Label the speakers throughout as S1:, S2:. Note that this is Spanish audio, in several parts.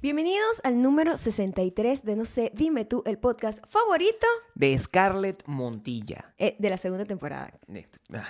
S1: Bienvenidos al número 63 de No sé, dime tú, el podcast favorito
S2: de Scarlett Montilla.
S1: eh, de la segunda temporada.
S2: Eh, ah,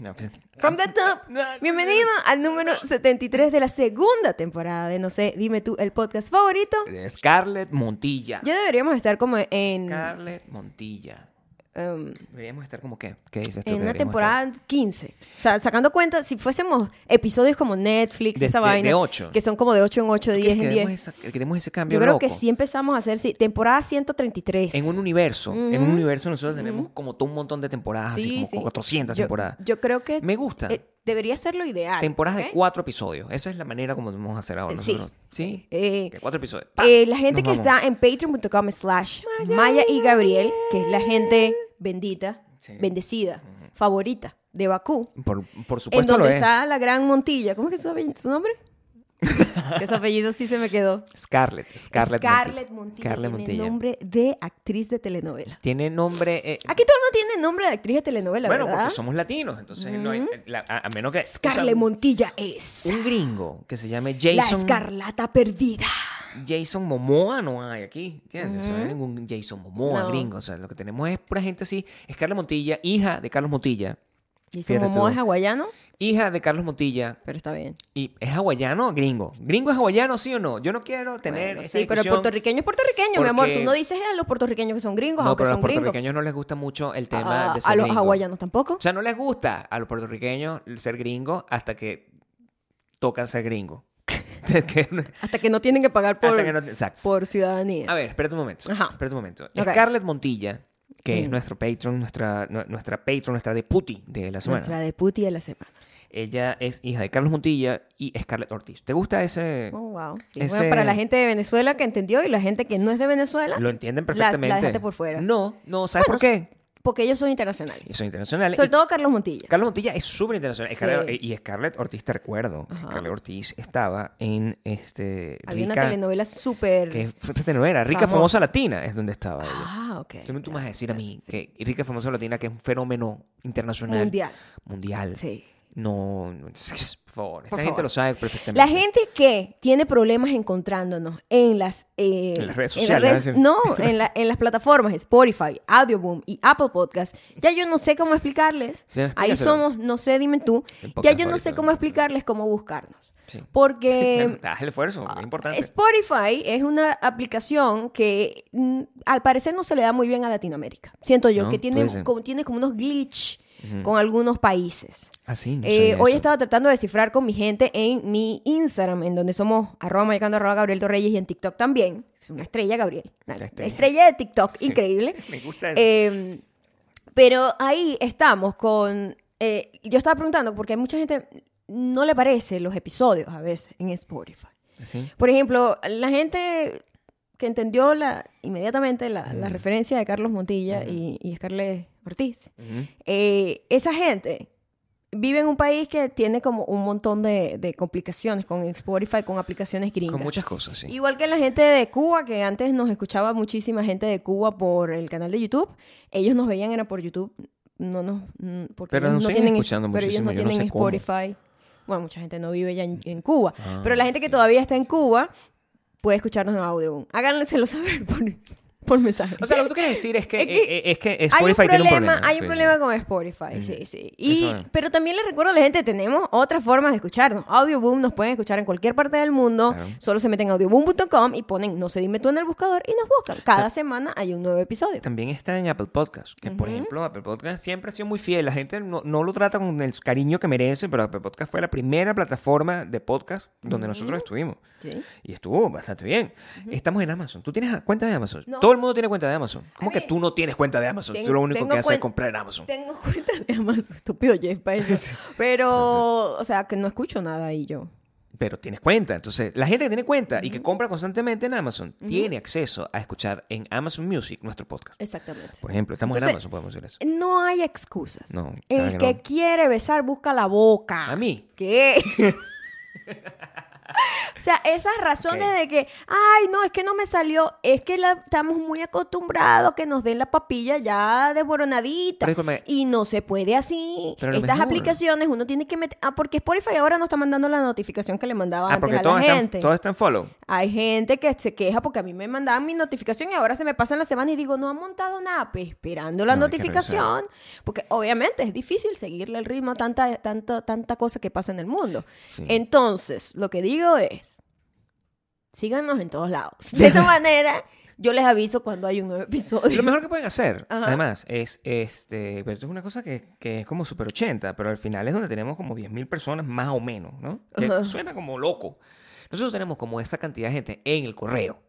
S2: no, pues,
S1: From the top. Bienvenido al número 73 de la segunda temporada de No sé, dime tú, el podcast favorito.
S2: de Scarlett Montilla.
S1: Ya deberíamos estar como en,
S2: Scarlett Montilla.
S1: em,
S2: Deberíamos estar como qué? ¿Qué dices tú? que
S1: en una
S2: deberíamos
S1: temporada 15. O sea, sacando cuenta, si fuésemos episodios como Netflix,
S2: De- este,
S1: esa
S2: de-
S1: vaina.
S2: de ocho.
S1: Que son como de 8 en 8,
S2: estar?
S1: 10 en
S2: queremos
S1: 10.
S2: esa- queremos ese
S1: Yo
S2: cambio
S1: creo
S2: loco.
S1: que sí empezamos a hacer, sí, temporada 133.
S2: En un universo, en un universo nosotros tenemos como todo un montón de temporadas, así como 400
S1: Yo-
S2: temporadas.
S1: Yo creo que.
S2: Me gusta.
S1: eh, debería ser lo ideal.
S2: temporadas
S1: ¿ok?
S2: de cuatro episodios. Esa es la manera como vamos a hacer ahora
S1: Sí.
S2: nosotros. Sí.
S1: Eh,
S2: Que cuatro episodios. ¡pa!
S1: Eh, la gente
S2: Nos
S1: que
S2: vamos.
S1: está en patreon.com slash Maya y Gabriel, que es la gente bendita,
S2: Sí.
S1: bendecida, favorita de Bakú.
S2: Por, por
S1: En
S2: supuesto lo
S1: donde
S2: es.
S1: está la gran Montilla. ¿Cómo es que su, apellido- su nombre? que su apellido sí se me quedó.
S2: Scarlett. Scarlett,
S1: Scarlett Montilla.
S2: Scarlett
S1: tiene
S2: Montilla.
S1: nombre de actriz de telenovela.
S2: Tiene nombre. eh,
S1: Aquí todo el mundo tiene nombre de actriz de telenovela,
S2: bueno,
S1: ¿verdad?
S2: porque somos latinos, entonces no hay- eh, la- a, a menos que.
S1: Scarlett
S2: o sea,
S1: Montilla es
S2: Un gringo que se llame
S1: la
S2: Jason.
S1: escarlata perdida.
S2: Jason Momoa no hay aquí, ¿entiendes? O sea, no hay ningún Jason Momoa
S1: No.
S2: gringo. O sea, lo que tenemos es pura gente así. Scarlett Montilla, hija de Carlos Montilla.
S1: Y su
S2: Fíjate
S1: momo
S2: tú.
S1: es hawaiano,
S2: Hija de Carlos Montilla.
S1: pero está bien.
S2: ¿Y es hawaiano o gringo? ¿Gringo es hawaiano, sí o no? Yo no quiero tener.
S1: Bueno,
S2: esa
S1: sí, pero el
S2: discusión.
S1: puertorriqueño es puertorriqueño, mi amor. Tú
S2: porque-
S1: no dices a los puertorriqueños que son gringos,
S2: No,
S1: aunque
S2: pero a los
S1: son gringos.
S2: puertorriqueños no les gusta mucho el tema
S1: A,
S2: de
S1: a
S2: ser
S1: los
S2: gringo.
S1: hawaianos tampoco.
S2: O sea, no les gusta a los puertorriqueños ser gringo hasta que tocan ser gringo. Es que-
S1: Hasta que no tienen que pagar por,
S2: hasta que no- exacto.
S1: por ciudadanía.
S2: A ver, espérate un momento.
S1: Ajá.
S2: Espérate un momento.
S1: Ok. Mm.
S2: Scarlett Montilla, que es nuestro patron, nuestra, nu- nuestra patron, nuestra deputy de la semana.
S1: Nuestra deputy de la semana.
S2: Ella es hija de Carlos Montilla y Scarlett Ortiz. ¿Te gusta ese?
S1: Oh, wow. Sí,
S2: Ese-
S1: bueno, para la gente de Venezuela que entendió y la gente que no es de Venezuela.
S2: Lo entienden
S1: la- la
S2: perfectamente.
S1: dejaste por fuera.
S2: No, no, ¿sabes
S1: Bueno,
S2: por qué?
S1: Porque ellos son internacionales.
S2: Son internacionales.
S1: Sobre
S2: y-
S1: todo Carlos Montilla.
S2: Carlos Montilla es súper internacional.
S1: Sí.
S2: Scarlett- Y Scarlett Ortiz, te recuerdo.
S1: Ajá.
S2: Scarlett Ortiz estaba en este.
S1: Había una
S2: Rica-
S1: telenovela súper.
S2: que fue telenovela, Rica
S1: Famosa.
S2: Famosa, Latina es donde estaba ella.
S1: Ah, ok.
S2: Tú me- tú me vas a decir a mí que Rica Famosa Latina, que es un fenómeno internacional.
S1: Mundial.
S2: Mundial.
S1: Sí.
S2: No, no, por favor. Esta
S1: Por
S2: gente
S1: favor.
S2: lo sabe perfectamente.
S1: La gente que tiene problemas encontrándonos en las, eh,
S2: En las redes
S1: en
S2: sociales,
S1: redes-
S2: ¿no? Sí.
S1: no, en, la- en las plataformas Spotify, Audioboom y Apple Podcast, ya yo no sé cómo explicarles.
S2: Sí,
S1: Ahí
S2: explícaselo.
S1: somos, no sé, dime tú.
S2: El
S1: Ya
S2: podcast
S1: yo no sé
S2: favorito.
S1: cómo explicarles cómo buscarnos.
S2: Sí.
S1: Porque
S2: Haz el esfuerzo, es importante.
S1: Spotify Ah, es una aplicación que mm, al parecer no se le da muy bien a Latinoamérica. Siento yo
S2: No,
S1: que tiene
S2: puede ser.
S1: como, tiene como unos glitch con algunos países.
S2: Así, Ah, no
S1: Eh,
S2: sabía
S1: hoy
S2: eso.
S1: estaba tratando de descifrar con mi gente en mi Instagram, en donde somos arroba mayacando arroba Gabriel Torreyes y en TikTok también. Es una estrella, Gabriel. Una
S2: La
S1: estrella.
S2: estrella.
S1: de TikTok,
S2: Sí.
S1: increíble.
S2: Me gusta eso.
S1: Eh, pero ahí estamos con... eh, yo estaba preguntando porque hay mucha gente no le parece los episodios a veces en Spotify.
S2: Así.
S1: Por ejemplo, la gente que entendió la, inmediatamente la,
S2: Mm.
S1: la referencia de Carlos Montilla y, y Scarlett Ortiz,
S2: Ujú.
S1: eh, esa gente vive en un país que tiene como un montón de, de complicaciones con Spotify, con aplicaciones gringas.
S2: Con muchas cosas, sí.
S1: Igual que la gente de Cuba, que antes nos escuchaba muchísima gente de Cuba por el canal de YouTube, ellos nos veían era por YouTube, no nos... mm, Porque
S2: Pero
S1: ellos
S2: nos
S1: no
S2: siguen
S1: tienen,
S2: escuchando
S1: pero ellos
S2: muchísimo,
S1: no
S2: yo no
S1: tienen
S2: sé cómo. Ah,
S1: Spotify. Bueno, mucha gente no vive ya en, en Cuba, pero la gente que todavía está en Cuba puede escucharnos en audio. Háganselo saber por, por mensaje.
S2: O sea, lo que tú quieres decir es que,
S1: Es que
S2: eh, eh, es que Spotify
S1: Hay un,
S2: tiene
S1: problema,
S2: un problema. pues,
S1: hay un
S2: sí,
S1: problema con Spotify, sí, sí. Y,
S2: Eso es.
S1: pero también les recuerdo a la gente, tenemos otras formas de escucharnos. Audioboom nos pueden escuchar en cualquier parte del mundo.
S2: Claro.
S1: Solo se meten a audioboom.com y ponen No se dime tú en el buscador y nos buscan. Cada semana hay un nuevo episodio.
S2: También está en Apple Podcast, que por ejemplo, Apple Podcast siempre ha sido muy fiel. La gente no, no lo trata con el cariño que merece, pero Apple Podcast fue la primera plataforma de podcast donde nosotros estuvimos.
S1: Sí.
S2: Y estuvo bastante bien. Estamos en Amazon. ¿Tú tienes cuenta de Amazon?
S1: No.
S2: Todo el mundo tiene cuenta de Amazon. ¿Cómo
S1: ver,
S2: que tú no tienes cuenta de Amazon?
S1: tengo-
S2: tú lo único
S1: tengo
S2: que haces
S1: cuen-
S2: es comprar en Amazon.
S1: Tengo cuenta de Amazon, estúpido Jeff, para eso. Pero, o sea, que no escucho nada ahí yo.
S2: Pero tienes cuenta. Entonces, la gente que tiene cuenta y que compra constantemente en Amazon tiene acceso a escuchar en Amazon Music nuestro podcast.
S1: Exactamente.
S2: Por ejemplo, estamos en
S1: Entonces,
S2: Amazon, podemos decir eso.
S1: No hay excusas.
S2: No,
S1: El
S2: claro que
S1: que
S2: no.
S1: quiere besar busca la boca.
S2: A mí.
S1: ¿Qué? O sea, esas razones
S2: Ok.
S1: de que, ay, no, es que no me salió, es que la- estamos muy acostumbrados a que nos den la papilla ya desboronadita.
S2: Pero discúlpame.
S1: Y no se puede así.
S2: Pero a lo
S1: Estas
S2: mejor-
S1: aplicaciones uno tiene que meter... Ah, porque Spotify ahora no está mandando la notificación que le mandaba
S2: Ah,
S1: antes
S2: porque
S1: a la
S2: todos están,
S1: gente.
S2: todos están follow.
S1: Hay gente que se queja porque a mí me mandaban mi notificación y ahora se me pasan las semanas y digo, no han montado nada, pues, esperando la
S2: No, hay que
S1: notificación. Porque obviamente es difícil seguirle el ritmo a tanta, tanta, tanta cosa que pasa en el mundo.
S2: Sí.
S1: Entonces, lo que digo es, síganos en todos lados. De esa manera, yo les aviso cuando hay un nuevo episodio.
S2: Lo mejor que pueden hacer,
S1: Ajá.
S2: además, es este. Pero esto es una cosa que, que es como super 80, pero al final es donde tenemos como 10.000 personas más o menos, ¿no? Que
S1: Ajá.
S2: suena como loco. Nosotros tenemos como esta cantidad de gente en el correo.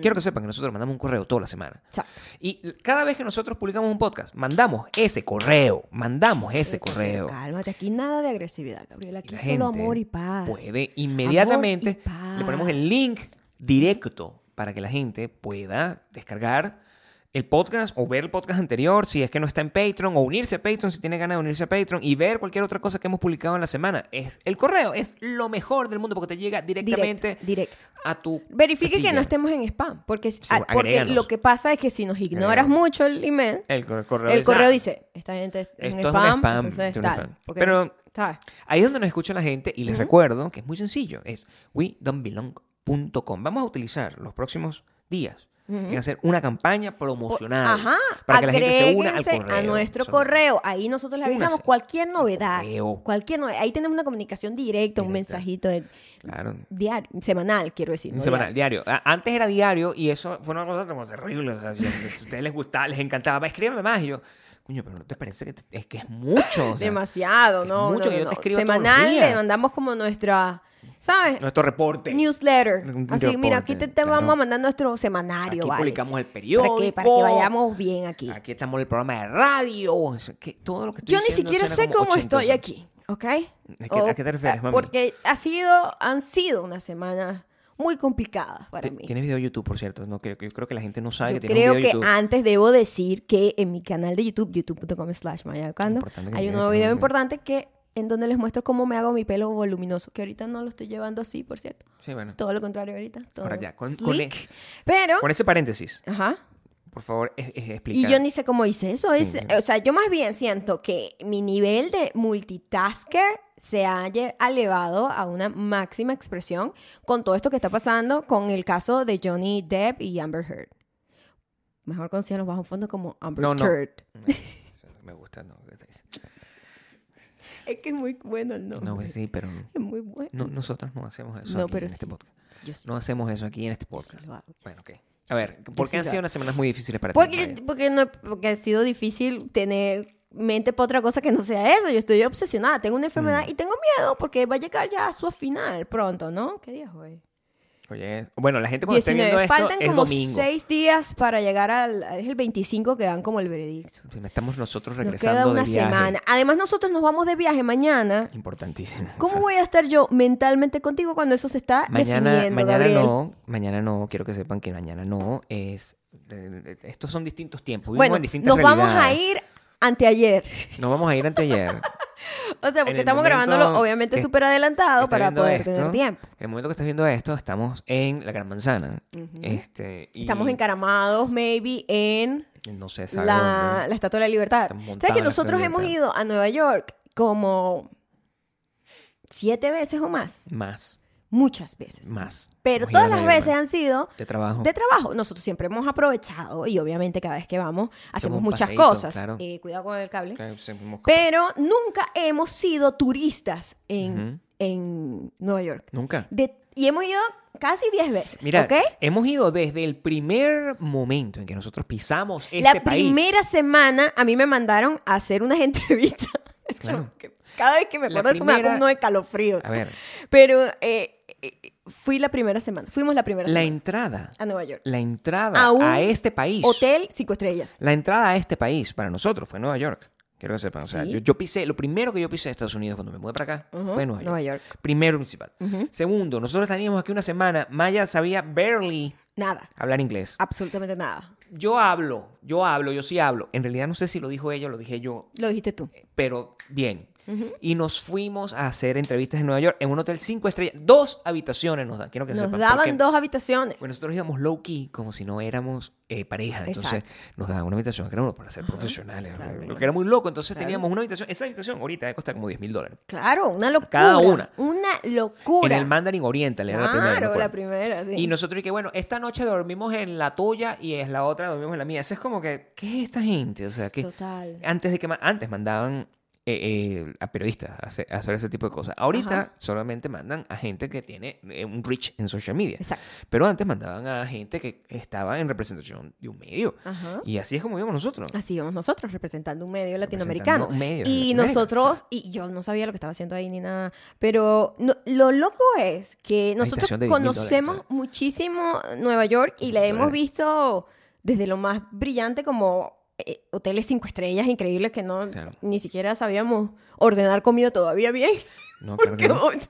S2: Quiero que sepan que nosotros mandamos un correo toda la semana.
S1: Exacto.
S2: Y l- cada vez que nosotros publicamos un podcast, mandamos ese correo, mandamos ese correo.
S1: Cálmate, aquí nada de agresividad, Gabriela.
S2: Y
S1: Aquí
S2: la
S1: solo
S2: gente
S1: amor y paz.
S2: Puede inmediatamente,
S1: Amor y
S2: le ponemos
S1: paz.
S2: el link directo para que la gente pueda descargar el podcast o ver el podcast anterior si es que no está en Patreon o unirse a Patreon si tiene ganas de unirse a Patreon y ver cualquier otra cosa que hemos publicado en la semana. Es el correo, es lo mejor del mundo porque te llega directamente
S1: Directo, directo.
S2: a tu
S1: Verifique que no
S2: casilla.
S1: estemos en spam, porque, si- ah, porque
S2: agréganos.
S1: lo que pasa es que si nos ignoras
S2: Agréganos.
S1: mucho el email,
S2: el cor- correo
S1: el
S2: dice,
S1: correo
S2: "Ah,
S1: dice, esta gente es en
S2: Esto es un
S1: spam,
S2: spam,
S1: entonces
S2: esto es un
S1: tal.
S2: spam".
S1: Porque,
S2: Pero-
S1: ¿sabes?
S2: Ahí es donde nos escucha la gente y les recuerdo que es muy sencillo, es wedon'tbelong.com. Vamos a utilizar los próximos días en hacer una campaña promocional
S1: Ajá,
S2: para que la gente se una al
S1: agréguense
S2: correo.
S1: a nuestro
S2: Eso-
S1: correo. Ahí nosotros le avisamos
S2: Únase
S1: cualquier novedad.
S2: correo.
S1: Cualquier novedad. Ahí tenemos una comunicación directa, un
S2: Directa.
S1: mensajito de-
S2: Claro.
S1: diario, semanal, quiero decir. no
S2: Semanal, diario. A- Antes era diario y eso fue una cosa como terrible. O sea, si si a ustedes les gustaba, les encantaba, "Va, escríbeme más. Y yo, coño, pero no te parece que te- es que es mucho. o sea,
S1: Demasiado,
S2: es
S1: ¿no?
S2: mucho
S1: no,
S2: que yo
S1: no,
S2: te
S1: no.
S2: escribo todos los
S1: Semanal le
S2: días.
S1: mandamos como nuestra, ¿sabes?
S2: nuestro reporte.
S1: Newsletter.
S2: Un
S1: Así, mira, aquí te,
S2: reporte,
S1: te vamos
S2: claro.
S1: a mandar nuestro semanario,
S2: Aquí
S1: ¿vale?
S2: publicamos el
S1: para
S2: periódico.
S1: que, para que vayamos bien aquí.
S2: Aquí estamos en el programa de radio. o sea, que todo lo que estoy
S1: Yo ni
S2: diciendo
S1: siquiera
S2: suena
S1: sé
S2: como
S1: cómo estoy
S2: ochentoso.
S1: aquí, ¿ok? ah,
S2: qué- a qué te refieres, mami?
S1: Porque ha sido, han sido unas semanas muy complicadas para
S2: Ti-
S1: mí.
S2: Tienes video de YouTube, por cierto. No, creo, yo creo que la gente no sabe
S1: Yo
S2: que tienes
S1: creo
S2: un video de
S1: que
S2: YouTube.
S1: antes debo decir que en mi canal de YouTube, youtube.com slash mayacando,
S2: Importante que
S1: hay
S2: llegue este
S1: un nuevo
S2: tu
S1: video
S2: nombre.
S1: importante que en donde les muestro cómo me hago mi pelo voluminoso, que ahorita no lo estoy llevando así, por cierto.
S2: Sí, bueno.
S1: Todo lo contrario ahorita. Todo
S2: Ahora ya, con-
S1: slick,
S2: con e-
S1: pero,
S2: Con ese paréntesis,
S1: ajá.
S2: por favor, e, es, es-
S1: Y
S2: explica.
S1: yo ni sé cómo hice eso. es-
S2: Sí.
S1: O sea, yo más bien siento que mi nivel de multitasker se ha lle- elevado a una máxima expresión con todo esto que está pasando con el caso de Johnny Depp y Amber Heard. Mejor consigan los bajo fondo como Amber
S2: No, no.
S1: Heard.
S2: Eso no Me gusta, no.
S1: Es que es muy bueno el nombre.
S2: No, pues sí, pero
S1: Es muy bueno.
S2: no, nosotros no hacemos eso
S1: No,
S2: aquí
S1: pero
S2: en este
S1: sí.
S2: podcast.
S1: Yo sí-
S2: No hacemos eso aquí en este
S1: yo sí
S2: podcast.
S1: lo hago.
S2: Bueno, ok. A ver, ¿por
S1: sí
S2: qué
S1: lo
S2: han sido
S1: hago.
S2: unas semanas muy difíciles para ti?
S1: Porque,
S2: Maya?
S1: porque, no, porque ha sido difícil tener mente para otra cosa que no sea eso. Yo estoy obsesionada, tengo una enfermedad
S2: Mm.
S1: y tengo miedo porque va a llegar ya a su final pronto, ¿no? ¿Qué día es hoy?
S2: Oye, bueno, la gente cuando esté viendo
S1: 19.
S2: esto
S1: Faltan
S2: es
S1: como
S2: domingo.
S1: seis días para llegar al... Es el 25 que dan como el veredicto.
S2: Si Estamos nosotros
S1: Nos
S2: regresando
S1: queda una
S2: de viaje.
S1: semana. Además, nosotros nos vamos de viaje mañana.
S2: Importantísimo. o sea.
S1: ¿Cómo voy a estar yo mentalmente contigo cuando eso se está
S2: Mañana,
S1: definiendo,
S2: mañana
S1: Gabriel?
S2: no, mañana no, quiero que sepan que mañana no es... eh, eh, Estos son distintos tiempos, vivimos
S1: Bueno,
S2: en
S1: nos
S2: distintas
S1: vamos a
S2: realidades.
S1: ir anteayer.
S2: Nos vamos a ir anteayer.
S1: O sea, porque
S2: el
S1: estamos
S2: momento
S1: grabándolo obviamente
S2: que
S1: súper adelantado
S2: Estás
S1: Ah, para
S2: viendo
S1: poder
S2: esto,
S1: tener tiempo.
S2: En el momento que estás viendo esto, estamos en la Gran Manzana. este, y
S1: Estamos encaramados, maybe, en
S2: No sé, ¿sabe
S1: la, la Estatua de la Libertad.
S2: Estamos montados
S1: ¿Sabes que
S2: en este la Estatua
S1: nosotros
S2: de la
S1: hemos ido
S2: Libertad.
S1: a Nueva York como siete veces o más?
S2: dónde? Más,
S1: Muchas veces.
S2: más.
S1: Pero
S2: Hemos ido
S1: todas
S2: a
S1: las
S2: Nueva York,
S1: veces han sido
S2: De trabajo.
S1: de trabajo. Nosotros siempre hemos aprovechado y obviamente cada vez que vamos hacemos
S2: un
S1: muchas
S2: paseíto,
S1: cosas.
S2: claro.
S1: Eh, cuidado con el cable.
S2: Claro, se- hemos-
S1: Pero nunca hemos sido turistas en,
S2: Ujú.
S1: en Nueva York.
S2: Nunca.
S1: De- y hemos ido casi 10 veces.
S2: Mira,
S1: ¿ok?
S2: hemos ido desde el primer momento en que nosotros pisamos este
S1: La
S2: país.
S1: primera semana a mí me mandaron a hacer unas entrevistas. Yo,
S2: Claro.
S1: que Cada vez que me
S2: La
S1: acuerdo de eso me da
S2: primera-
S1: uno de calofríos.
S2: A ver.
S1: Pero eh, eh, fui la primera semana. Fuimos la primera
S2: La
S1: semana
S2: entrada.
S1: a Nueva York.
S2: La entrada
S1: A un
S2: a, este país.
S1: Hotel cinco estrellas.
S2: La entrada a este país para nosotros fue Nueva York. Quiero que sepan. O sea,
S1: Sí.
S2: yo, yo pisé, lo primero que yo pisé de Estados Unidos cuando me mudé para acá
S1: Ujú,
S2: fue Nueva York.
S1: Nueva York.
S2: Primero y principal. Segundo, nosotros teníamos aquí una semana. Maya sabía barely
S1: Nada.
S2: hablar inglés.
S1: Absolutamente nada.
S2: Yo hablo, yo hablo, yo sí hablo. En realidad no sé si lo dijo ella o lo dije yo,
S1: Lo dijiste tú.
S2: pero bien. y nos fuimos a hacer entrevistas en Nueva York en un hotel cinco estrellas. Dos habitaciones nos dan, quiero que
S1: Nos
S2: sepan, porque-
S1: daban dos habitaciones.
S2: Bueno, nosotros íbamos low key, como si no éramos eh, pareja. Entonces
S1: Exacto.
S2: nos daban una habitación, que era uno para ser profesionales,
S1: claro,
S2: lo
S1: claro.
S2: que era muy loco. Entonces
S1: Claro.
S2: teníamos una habitación, esa habitación ahorita cuesta como 10 mil dólares.
S1: Claro, una locura.
S2: Cada una.
S1: Una locura.
S2: En el Mandarin Oriental era
S1: claro,
S2: la primera. me acuerdo.
S1: la primera, sí.
S2: Y nosotros y que bueno, esta noche dormimos en la tuya y es la otra dormimos en la mía. Eso es como que, ¿qué es esta gente? O sea, que
S1: Total.
S2: antes de que ma- antes mandaban eh, eh, a periodistas a hacer, a hacer ese tipo de cosas. Ahorita
S1: Ajá.
S2: solamente mandan a gente que tiene eh, un reach en social media.
S1: Exacto.
S2: Pero antes mandaban a gente que estaba en representación de un medio.
S1: Ajá. Ah,
S2: Y así es como vimos nosotros.
S1: Así íbamos nosotros, representando un medio latinoamericano.
S2: un medio
S1: y
S2: latinoamericano,
S1: nosotros, y yo no sabía lo que estaba haciendo ahí ni nada, pero no- lo loco es que nosotros
S2: habitación de 10.000
S1: conocemos
S2: dólares,
S1: muchísimo Nueva York y la
S2: 10.000
S1: hemos
S2: dólares.
S1: visto desde lo más brillante como eh, hoteles cinco estrellas increíbles que no
S2: Claro.
S1: ni siquiera sabíamos ordenar comida todavía bien.
S2: No, claro que
S1: Porque
S2: no.
S1: vos-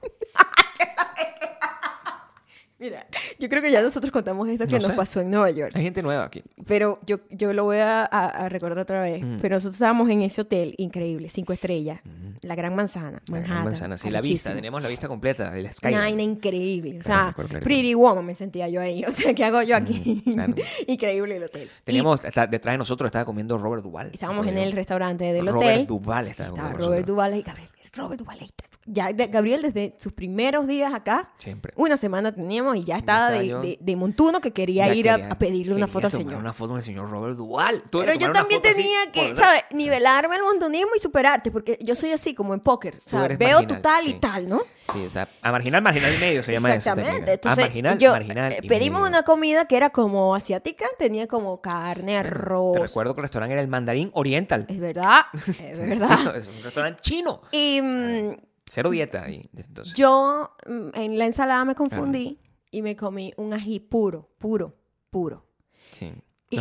S1: Mira, yo creo que ya nosotros contamos esto que
S2: No
S1: nos
S2: sé.
S1: pasó en Nueva York.
S2: Hay gente nueva aquí.
S1: Pero yo, yo lo voy a, a- a recordar otra vez. Pero nosotros estábamos en ese hotel increíble, cinco estrellas, la Gran Manzana,
S2: La Gran
S1: Manhattan.
S2: manzana, sí, la vista.
S1: arrechísimo.
S2: Teníamos la vista completa del
S1: Una
S2: Skyline.
S1: vaina increíble. O
S2: Claro, me
S1: sea,
S2: acuerdo clarito.
S1: Pretty Woman me sentía yo ahí. O sea, ¿qué hago yo aquí?
S2: Mm, claro.
S1: increíble el hotel. Y
S2: Teníamos, hasta detrás de nosotros estaba comiendo Robert Duval.
S1: estábamos en el
S2: Robert
S1: restaurante del hotel.
S2: Robert Duval estaba
S1: Estaba
S2: comiendo. con
S1: Robert
S2: nosotros.
S1: Duval y Gabriel. Robert Duval ahí está. Ya, de- Gabriel desde sus primeros días acá.
S2: Siempre.
S1: Una semana teníamos y ya estaba
S2: estaba
S1: de,
S2: yo.
S1: de- de montuno que quería
S2: Ya
S1: ir a-
S2: quería-
S1: a, pedirle una
S2: quería
S1: foto al
S2: tomar
S1: señor.
S2: una foto con el señor Robert Duval. Tuve
S1: Pero
S2: que
S1: yo
S2: tomar una
S1: también
S2: foto así,
S1: tenía que,
S2: por-
S1: ¿sabes? Nivelarme el montonismo y superarte, porque yo soy así como en póker. O sea,
S2: eres
S1: veo tu
S2: marginal,
S1: tal y
S2: sí.
S1: tal, ¿no?
S2: Sí, o sea, a marginal, marginal y medio se llama eso.
S1: Exactamente.
S2: técnica.
S1: Entonces,
S2: a Ah, marginal,
S1: yo,
S2: marginal.
S1: eh,
S2: y
S1: pedimos
S2: medio.
S1: una comida que era como asiática, tenía como carne,
S2: Mm, Te
S1: arroz.
S2: recuerdo que el restaurante era el Mandarín Oriental.
S1: Es verdad, es verdad.
S2: es un restaurante chino.
S1: Y mm,
S2: Cero dieta ahí, desde entonces.
S1: yo mm, en la ensalada me confundí y me comí un ají puro, puro, puro.
S2: Sí. No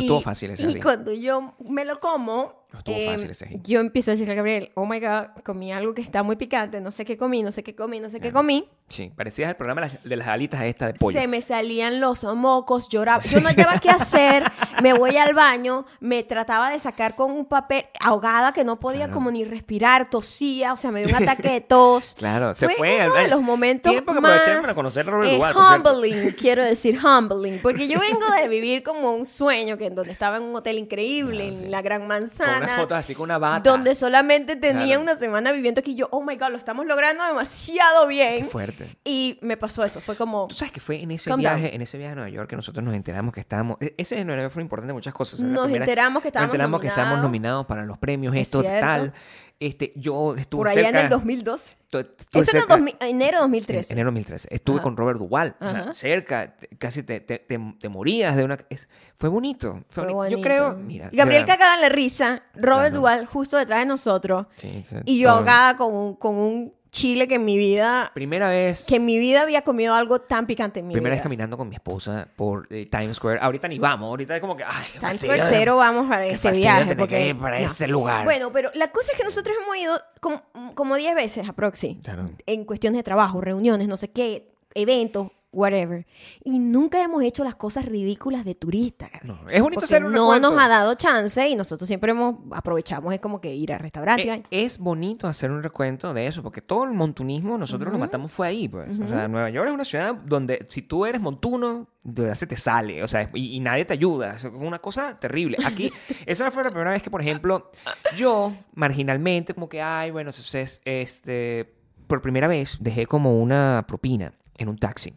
S1: Y-
S2: estuvo fácil ese
S1: Y
S2: día.
S1: cuando yo me lo como, em,
S2: No estuvo fácil ese ají.
S1: yo empiezo a decirle a Gabriel, oh my God, comí algo que está muy picante, no sé qué comí, no sé qué comí, no sé qué comí.
S2: Sí, parecías el programa de las- de las alitas esta de pollo.
S1: Se me salían los mocos, lloraba. Yo no llevaba qué hacer, me voy al baño, me trataba de sacar con un papel ahogada que no podía
S2: Claro.
S1: como ni respirar, tosía, o sea, me dio un ataque de tos.
S2: Claro, se fue al
S1: uno de
S2: baño.
S1: los momentos
S2: Tiempo que
S1: más,
S2: aproveché para conocer a Robert
S1: eh,
S2: Duval, por cierto.
S1: humbling, quiero decir humbling, porque yo vengo de vivir como un sueño que en donde estaba en un hotel increíble,
S2: Claro,
S1: en
S2: Ah, sí.
S1: la Gran
S2: Con
S1: Manzana.
S2: unas fotos así con una bata.
S1: Donde solamente tenía
S2: Claro.
S1: una semana viviendo aquí. Yo, oh my God, lo estamos logrando demasiado bien.
S2: Qué fuerte.
S1: Y me pasó eso. Fue como.
S2: Tú sabes que fue en ese
S1: Calm
S2: viaje,
S1: down.
S2: en ese viaje a Nueva York que nosotros nos enteramos que estábamos. e- Ese de Nueva York fue importante en muchas cosas. Era la
S1: Nos enteramos que estábamos
S2: Nos enteramos que estábamos
S1: nominados.
S2: nominados para los premios,
S1: Es
S2: esto,
S1: cierto.
S2: tal. Este, yo estuve
S1: Por allá
S2: cerca,
S1: en el 2002.
S2: tu- estuve
S1: Eso era
S2: cerca-
S1: 2000 enero
S2: en
S1: 2013.
S2: enero 2013. Estuve
S1: Ajá.
S2: con Robert Duval, o
S1: Ajá.
S2: sea, cerca, te- casi te, te- te- te morías de una... es- fue bonito, fue
S1: Fue
S2: bonito. Yo
S1: bonito.
S2: creo, mira...
S1: Gabriel
S2: de verdad,
S1: cagaba en la risa, Robert
S2: Claro.
S1: Duval justo detrás de nosotros.
S2: sí, sí,
S1: Y yo
S2: todo.
S1: ahogada con un, con un chile que en mi vida.
S2: Primera vez...
S1: Que en mi vida había comido algo tan picante en mi
S2: Primera vez
S1: vida.
S2: caminando con mi esposa por eh, Times Square. Ahorita ni vamos, ahorita es como que... Ay, qué
S1: Times
S2: fastidio.
S1: Square cero vamos para
S2: Qué
S1: este
S2: fastidio
S1: viaje.
S2: tener que
S1: Porque,
S2: ir para
S1: no.
S2: ese lugar.
S1: Bueno, pero la cosa es que nosotros hemos ido como- como 10 veces aproximadamente.
S2: Claro.
S1: En cuestiones de trabajo, reuniones, no sé qué, eventos, whatever. Y nunca hemos hecho las cosas ridículas de turista. Gabriel.
S2: No, es bonito
S1: Porque
S2: hacer un
S1: no
S2: recuento.
S1: nos ha dado chance y nosotros siempre hemos aprovechamos es como que ir a restaurantes.
S2: Eh, es bonito hacer un recuento de eso, porque todo el montunismo nosotros lo matamos fue ahí, pues. O sea, Nueva York es una ciudad donde si tú eres montuno, de verdad se te sale, o sea, y, y nadie te ayuda. Es una cosa terrible. Aquí, esa fue la primera vez que, por ejemplo, yo, marginalmente, como que, ay, bueno, entonces, este, por primera vez dejé como una propina en un taxi.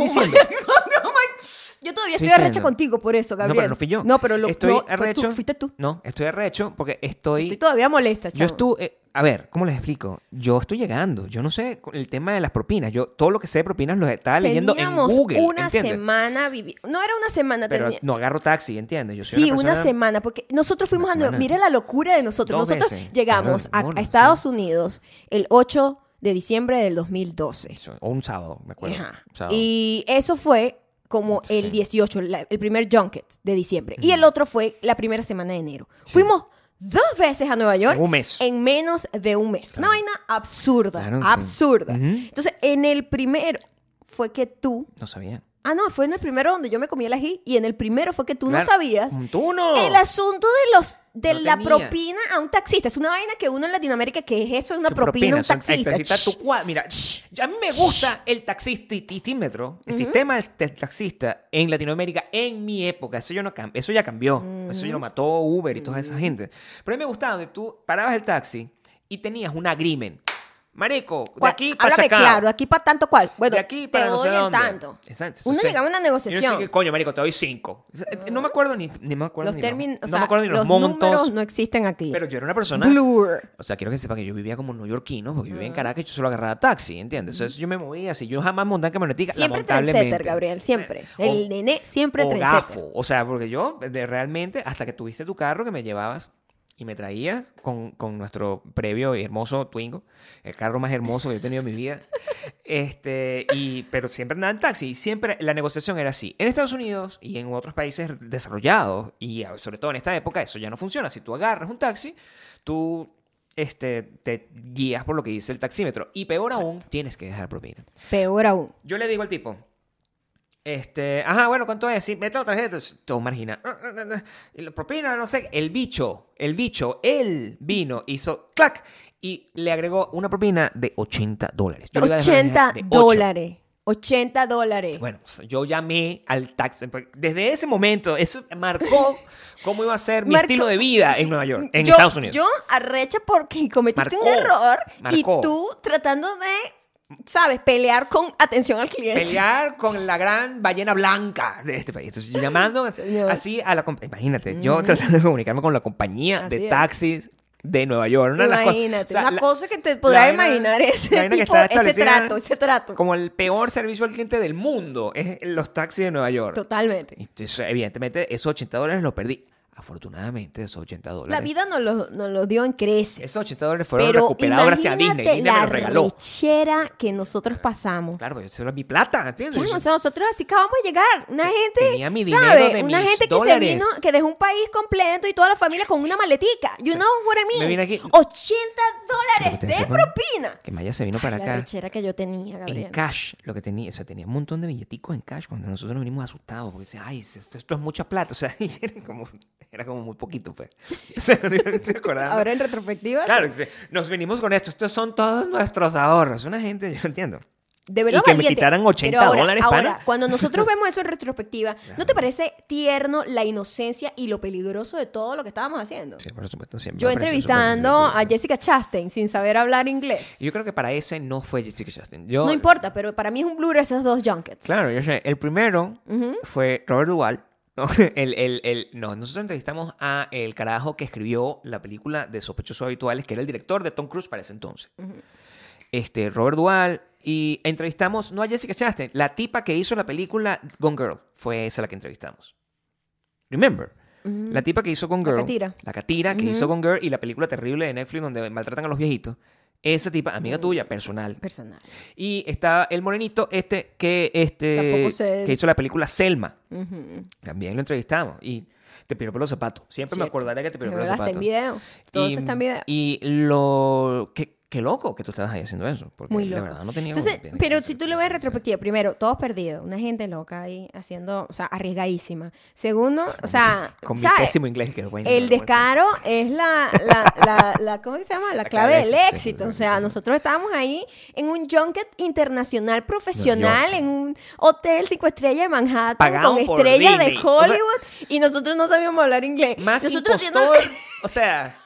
S1: Oh my
S2: diciendo-
S1: God, oh my- Yo todavía estoy
S2: Estoy
S1: arrecha
S2: diciendo.
S1: contigo por eso, Gabriel.
S2: No, pero no fui yo.
S1: No, pero lo
S2: estoy
S1: no, fue tú,
S2: arrecho.
S1: fuiste tú.
S2: No, estoy arrecho porque
S1: Estoy todavía molesta,
S2: Yo
S1: chamo.
S2: estuve, eh, a ver, ¿cómo les explico? Yo estoy llegando, yo no sé co- el tema de las propinas, yo todo lo que sé de propinas lo estaba leyendo en
S1: Teníamos
S2: Google,
S1: una
S2: ¿entiendes?
S1: semana vivi- No era una semana,
S2: Pero
S1: tenía-
S2: no agarro taxi, ¿entiendes? Yo soy
S1: Sí, una,
S2: persona-
S1: semana, porque nosotros fuimos
S2: Una
S1: a Nueva
S2: semana.
S1: Mira la locura de nosotros.
S2: Dos
S1: nosotros
S2: veces.
S1: llegamos
S2: Perdón,
S1: a-
S2: no,
S1: a,
S2: no,
S1: Estados Unidos el 8 de diciembre del 2012.
S2: Eso, o un sábado, me acuerdo.
S1: Ajá.
S2: un sábado.
S1: Y eso fue como el
S2: Sí.
S1: 18, la- el primer junket de diciembre. Y el otro fue la primera semana de enero. Fuimos dos veces a Nueva York.
S2: En un mes.
S1: En menos de un mes. Una vaina absurda.
S2: Claro, sí.
S1: absurda.
S2: Ujú.
S1: Entonces, en el primero fue que tú
S2: No sabía.
S1: Ah, no, fue en el primero donde yo me comí el ají y en el primero fue que tú no
S2: Claro,
S1: sabías
S2: Tú no.
S1: el asunto de los de
S2: No
S1: la
S2: tenía.
S1: propina a un taxista. Es una vaina que uno en Latinoamérica, ¿qué es eso? Es una
S2: ¿Qué
S1: propina, a un
S2: Son- el
S1: taxista.
S2: taxista, tu cua- Mira, a mí me gusta el taxistitímetro, el sistema del te- taxista en Latinoamérica en mi época. Eso, yo no cam- eso ya cambió. Eso ya lo mató Uber y toda esa gente. Pero a mí me gustaba donde tú parabas el taxi y tenías un agreement. Marico, de
S1: Cua-
S2: aquí para
S1: Háblame
S2: Chacao.
S1: claro, aquí para tanto cual. Bueno,
S2: de aquí
S1: te
S2: para no
S1: doy
S2: sé
S1: el
S2: dónde.
S1: tanto.
S2: Exacto.
S1: Uno
S2: Entonces,
S1: llegaba a una
S2: Yo
S1: negociación.
S2: decía que, coño, marico, te doy cinco. eh, No me acuerdo ni, ni me acuerdo
S1: los
S2: ni
S1: términos,
S2: los,
S1: o
S2: no me
S1: sea,
S2: acuerdo ni los,
S1: los,
S2: montos.
S1: números no existen aquí.
S2: Pero yo era una persona
S1: Blur.
S2: o sea, quiero que sepa que yo vivía como neoyorquino, porque yo vivía en Caracas y yo solo agarraba taxi, ¿entiendes? Entonces yo me movía así. Yo jamás montaba en camionetica,
S1: Siempre
S2: lamentablemente. Eh,
S1: trendsetter, Gabriel, siempre.
S2: O-
S1: el nene siempre
S2: o
S1: trendsetter.
S2: gafo. O sea, porque yo de- realmente, hasta que tuviste tu carro que me llevabas y me traías con, con nuestro previo y hermoso Twingo, el carro más hermoso que yo he tenido en mi vida. Este, y, pero siempre andaba en taxi y siempre la negociación era así. En Estados Unidos y en otros países desarrollados, y sobre todo en esta época, eso ya no funciona. Si tú agarras un taxi, tú este, te guías por lo que dice el taxímetro. Y peor aún, tienes que dejar propina.
S1: Peor aún.
S2: Yo le digo al tipo, este, ajá, bueno, ¿cuánto es? Sí, mete la tarjeta, todo marginal. Ah, Y la propina, no sé. El bicho, el bicho, él vino, hizo clac y le agregó una propina de 80 dólares. Yo le iba a dejar
S1: 80
S2: de ocho.
S1: dólares. 80 dólares.
S2: Bueno, yo llamé al taxi. Desde ese momento, eso marcó cómo iba a ser mi
S1: Marco-
S2: estilo de vida en Nueva York, en
S1: Yo-
S2: Estados Unidos.
S1: Yo arrecha porque cometiste un
S2: Marcó,
S1: error
S2: marcó.
S1: y tú tratando de, ¿sabes? Pelear con atención al cliente.
S2: pelear con la gran ballena blanca de este país. Entonces, yo llamando
S1: Señor.
S2: así a la compa- Imagínate, yo tratando de comunicarme con la compañía
S1: Mm. Así
S2: de
S1: es.
S2: taxis de Nueva York. Una de las cosas-
S1: Imagínate,
S2: o sea,
S1: una
S2: la-
S1: cosa que te
S2: la
S1: podrás
S2: vaina-
S1: imaginar
S2: la
S1: ese
S2: vaina que
S1: tipo,
S2: está
S1: ese
S2: establecida
S1: trato, ese trato.
S2: Como el peor servicio al cliente del mundo es los taxis de Nueva York.
S1: Totalmente.
S2: Entonces, evidentemente, esos 80 dólares los perdí. Afortunadamente, esos 80 dólares.
S1: La vida nos lo, nos lo dio en creces.
S2: Esos 80 dólares fueron
S1: Pero
S2: recuperados gracias a Disney.
S1: imagínate
S2: Disney me
S1: la
S2: los regaló.
S1: rechera que nosotros pasamos.
S2: Claro, pues, eso era mi plata, ¿entiendes?
S1: Chamo, o sea, nosotros así acabamos de llegar. Una gente,
S2: tenía mi dinero
S1: ¿sabe?
S2: de
S1: una
S2: mis
S1: gente que
S2: dólares.
S1: se vino, que dejó un país completo y toda la familia con una maletica. You know what I mean?
S2: me vine aquí-
S1: 80 dólares
S2: Pero que te
S1: de
S2: sepan
S1: propina.
S2: Que Maya se vino para
S1: la
S2: acá.
S1: rechera que yo tenía,
S2: en
S1: Gabriel.
S2: cash lo que tenía, o sea, tenía un montón de billeticos en cash cuando nosotros nos venimos asustados, porque decían, ay, esto, esto es mucha plata, o sea, y era como, era como muy poquito, pues. O sea, yo me estoy acordando.
S1: Ahora en retrospectiva,
S2: Claro, dice, nos venimos con esto, estos son todos nuestros ahorros, una gente, yo no entiendo.
S1: de verdad
S2: Y que me
S1: valiente.
S2: quitaran 80
S1: Pero ahora-
S2: dólares,
S1: ahora,
S2: pana.
S1: cuando nosotros vemos eso en retrospectiva, ¿no te parece tierno la inocencia y lo peligroso de todo lo que estábamos haciendo?
S2: Sí, por supuesto, siempre
S1: Yo
S2: me pareció
S1: entrevistando
S2: súper
S1: a Jessica Chastain sin saber hablar inglés.
S2: Y Yo creo que para ese no fue Jessica Chastain. Yo,
S1: No importa, pero para mí es un blur esos dos junkets.
S2: Claro, yo sé, el primero fue Robert Duvall. ¿no? El, el, el, no, nosotros entrevistamos a el carajo que escribió la película de Sospechosos Habituales, que era el director de Tom Cruise para ese entonces. Este, Robert Duvall. Y entrevistamos, no a Jessica Chastain, la tipa que hizo la película Gone Girl. Fue esa la que entrevistamos. Remember. La tipa que hizo Gone
S1: La
S2: Girl.
S1: catira.
S2: La catira que hizo Gone Girl y la película terrible de Netflix donde maltratan a los viejitos. Esa tipa, amiga tuya, personal.
S1: Personal.
S2: Y está el morenito este que este
S1: Tampoco sé.
S2: que hizo la película Selma.
S1: Ujú.
S2: También lo entrevistamos y te piró por los zapatos. Siempre me
S1: Cierto.
S2: acordaré que te piró
S1: Es
S2: por los
S1: verdad, está en
S2: zapatos.
S1: video. Todo eso está en video.
S2: Y lo qué, qué loco que tú estabas ahí haciendo eso, porque
S1: Muy
S2: de
S1: loco.
S2: verdad no tenía
S1: Entonces,
S2: tiene que
S1: pero
S2: hacer
S1: si tú
S2: eso,
S1: lo ves en
S2: sí, sí.
S1: retrospectiva, primero, todos perdidos, una gente loca ahí haciendo, o sea, arriesgadísima. Segundo, o sea,
S2: con mi
S1: ¿sabes?
S2: pésimo inglés que bueno,
S1: el
S2: no lo puedo hacer.
S1: descaro es la, la, la, la- ¿cómo que se llama? La clave del
S2: sí,
S1: éxito. O
S2: sí,
S1: sea,
S2: sí.
S1: nosotros estábamos ahí en un junket internacional profesional,
S2: York.
S1: en un hotel cinco estrellas de Manhattan,
S2: Pagado
S1: con
S2: por
S1: estrellas de
S2: Disney. O sea-
S1: Hollywood, y nosotros no sabíamos hablar inglés.
S2: Más
S1: nosotros haciendo-
S2: impostor, o sea,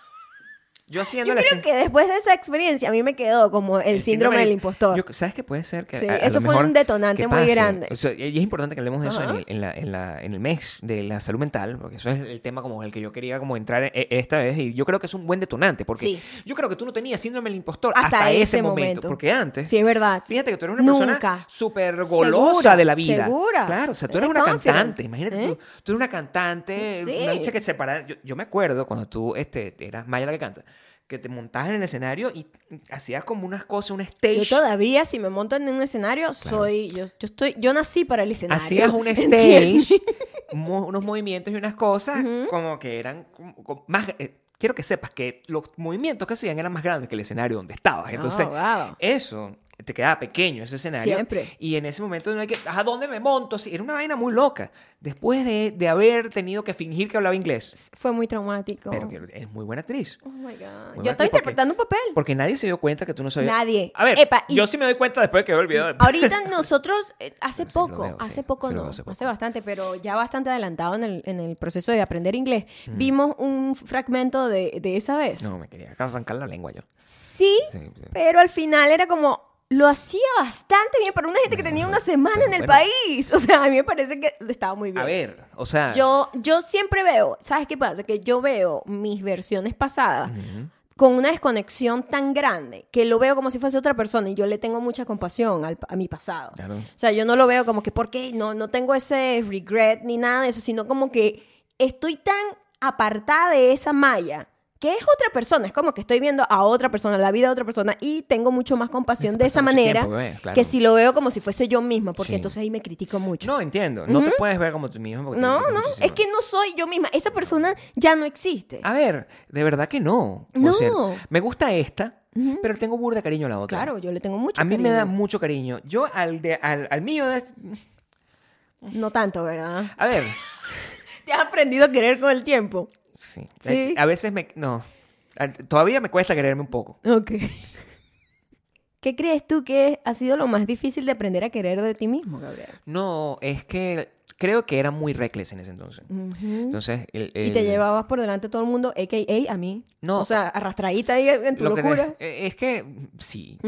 S2: yo haciendo
S1: Yo
S2: la
S1: creo que después de esa experiencia a mí me quedó como el, síndrome del impostor.
S2: Yo- ¿Sabes qué puede ser? Que
S1: Sí,
S2: a- a lo
S1: eso fue
S2: mejor
S1: un detonante
S2: que
S1: muy
S2: pase.
S1: grande.
S2: O sea, y es importante que hablemos de eso en
S1: Ajá.
S2: el, en la- en la- en el mes de la salud mental, porque eso es el tema como el que yo quería como entrar e- e- esta vez. Y yo creo que es un buen detonante, porque
S1: Sí.
S2: yo creo que tú no tenías síndrome del impostor
S1: hasta, ese,
S2: momento, Porque antes...
S1: Sí, es verdad.
S2: Fíjate que tú eres una persona
S1: Nunca.
S2: súper
S1: Segura,
S2: golosa de la vida.
S1: segura.
S2: Claro, o sea, tú
S1: Eres
S2: eres una
S1: confident.
S2: cantante. Imagínate,
S1: ¿Eh?
S2: tú, tú eres una cantante,
S1: Sí.
S2: una bicha que se para. Yo, yo me acuerdo cuando tú este, eras Maya la que canta, que te montabas en el escenario y hacías como unas cosas, un stage.
S1: Yo todavía, si me monto en un escenario, soy. Yo, yo estoy. Yo nací para el escenario.
S2: Hacías un
S1: ¿entiendes?
S2: stage, mo- unos movimientos y unas cosas como que eran como- como más... eh, quiero
S1: Ah,
S2: que sepas que los movimientos que hacían eran más grandes que el escenario donde estabas. Entonces,
S1: wow.
S2: eso te quedaba pequeño ese escenario.
S1: Siempre.
S2: Y en ese momento no hay que, ¿a dónde me monto? Sí, era una vaina muy loca. Después de, de haber tenido que fingir que hablaba inglés.
S1: Fue muy traumático.
S2: Pero que es muy buena actriz.
S1: Oh my God.
S2: Muy
S1: Yo
S2: buena
S1: estoy
S2: actriz porque-
S1: interpretando un papel.
S2: Porque nadie se dio cuenta que tú no sabías.
S1: Nadie.
S2: A ver,
S1: Epa, y-
S2: yo sí me doy cuenta después de que veo el video. de-
S1: Ahorita nosotros, eh, hace
S2: Sí, lo
S1: poco,
S2: veo, sí,
S1: hace poco
S2: sí lo
S1: no,
S2: veo hace poco.
S1: hace bastante, pero ya bastante adelantado en el, en el proceso de aprender inglés, vimos un fragmento de, de esa vez.
S2: Mm. No, me quería arrancar la lengua yo.
S1: Sí,
S2: Sí, sí.
S1: pero al final era como, lo hacía bastante bien para una gente que tenía una semana en el
S2: bueno.
S1: país. O sea, a mí me parece que estaba muy bien.
S2: A ver, o sea.
S1: Yo, yo siempre veo, ¿sabes qué pasa? Que yo veo mis versiones pasadas con una desconexión tan grande que lo veo como si fuese otra persona y yo le tengo mucha compasión al- a mi pasado.
S2: Claro.
S1: O sea, yo no lo veo como que porque no, no tengo ese regret ni nada de eso, sino como que estoy tan apartada de esa malla que es otra persona, es como que estoy viendo a otra persona, la vida de otra persona y tengo mucho más compasión de
S2: pasa
S1: esa
S2: mucho
S1: manera
S2: tiempo, ¿ves? Claro.
S1: que si lo veo como si fuese yo misma, porque
S2: Sí.
S1: entonces ahí me critico mucho.
S2: No entiendo. No te puedes ver como tú mismo. porque te
S1: No,
S2: criticas
S1: no,
S2: muchísimo.
S1: es que no soy yo misma. Esa persona ya no existe.
S2: A ver, de verdad que no. por
S1: No.
S2: cierto. Me gusta esta, pero tengo burda de cariño a la otra.
S1: claro, yo le tengo mucho
S2: A mí me da
S1: cariño.
S2: mucho cariño. Yo al, de, al, al mío. de-
S1: No tanto, ¿verdad?
S2: A ver.
S1: Te has aprendido a querer con el tiempo.
S2: Sí.
S1: Sí.
S2: A veces me. No. Al- Todavía me cuesta quererme un poco.
S1: Ok. ¿Qué crees tú que ha sido lo más difícil de aprender a querer de ti mismo, Gabriel?
S2: No, es que creo que era muy reckless en ese entonces. Entonces. El,
S1: Y te
S2: el-
S1: llevabas por delante todo el mundo, a.k.a. a mí.
S2: Eh, No.
S1: O sea, arrastradita ahí en tu
S2: lo que te-
S1: locura.
S2: eh, es que mm, sí.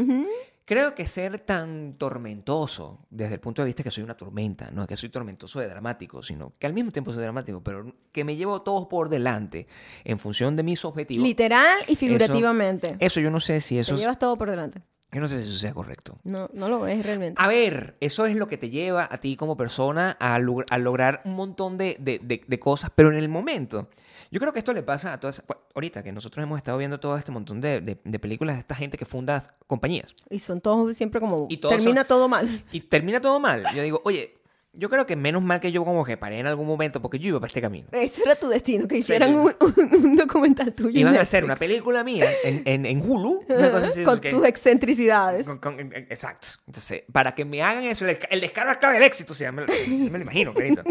S2: Creo que ser tan tormentoso, desde el punto de vista que soy una tormenta, no es que soy tormentoso de dramático, sino que al mismo tiempo soy dramático, pero que me llevo todos por delante en función de mis objetivos.
S1: Literal y
S2: eso-
S1: figurativamente.
S2: Eso yo no sé si
S1: te
S2: eso, es-
S1: llevas todo por delante.
S2: yo no sé si eso sea correcto.
S1: No, no lo ves realmente.
S2: A ver, eso es lo que te lleva a ti como persona a, log- a lograr un montón de, de- de- de cosas, pero en el momento. Yo creo que esto le pasa a todas. bueno, Ahorita que nosotros hemos estado viendo todo este montón de, de- de películas de esta gente que funda compañías
S1: Y son todos siempre como...
S2: Y todos
S1: termina
S2: son-
S1: todo mal.
S2: y termina todo mal. Yo digo, oye, yo creo que menos mal que yo como que paré en algún momento porque yo iba para este camino.
S1: Ese era tu destino, que hicieran
S2: yo-
S1: un, un- un documental tuyo. en
S2: Iban a hacer una
S1: Netflix.
S2: película mía en, en, en Hulu. una cosa así,
S1: con
S2: porque-
S1: tus excentricidades.
S2: Con- con- en- en- exacto. Entonces, para que me hagan eso, el, desca- el descaro es clave del éxito, se llama, se me lo imagino, querido.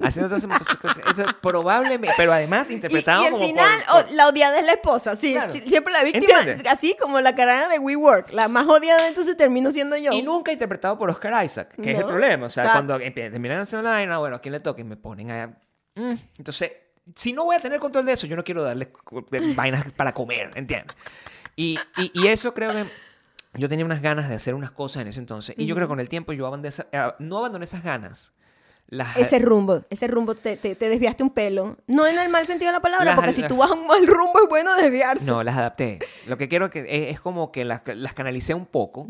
S2: Haciendo todas esas cosas. Eso, probablemente, pero además
S1: Y, y
S2: interpretado
S1: al
S2: como por-
S1: final,
S2: por-
S1: o- la odiada es la esposa. Sí,
S2: Claro.
S1: sí, siempre la víctima,
S2: ¿Entiendes?
S1: así como la carana de WeWork. La más odiada, entonces termino siendo yo.
S2: Y nunca interpretado por Oscar Isaac, que es el
S1: No,
S2: problema. O sea,
S1: exacto.
S2: cuando empie- terminan haciendo la vaina, bueno, ¿a quién le toca? Y me ponen allá. Mm, Entonces, si no voy a tener control de eso, yo no quiero darle cu- de vainas para comer, ¿entiendes? Y, y- y eso creo que yo tenía unas ganas de hacer unas cosas en ese entonces. Y yo creo que con el tiempo yo abandoné esa- eh, no abandoné esas ganas. Las,
S1: Ese rumbo, ese rumbo te, te- te desviaste un pelo. No en el mal sentido de la palabra,
S2: Las-
S1: porque si tú vas a un mal rumbo es bueno desviarse.
S2: No, las adapté. Lo que quiero que e, es, es como que las, las canalicé un poco,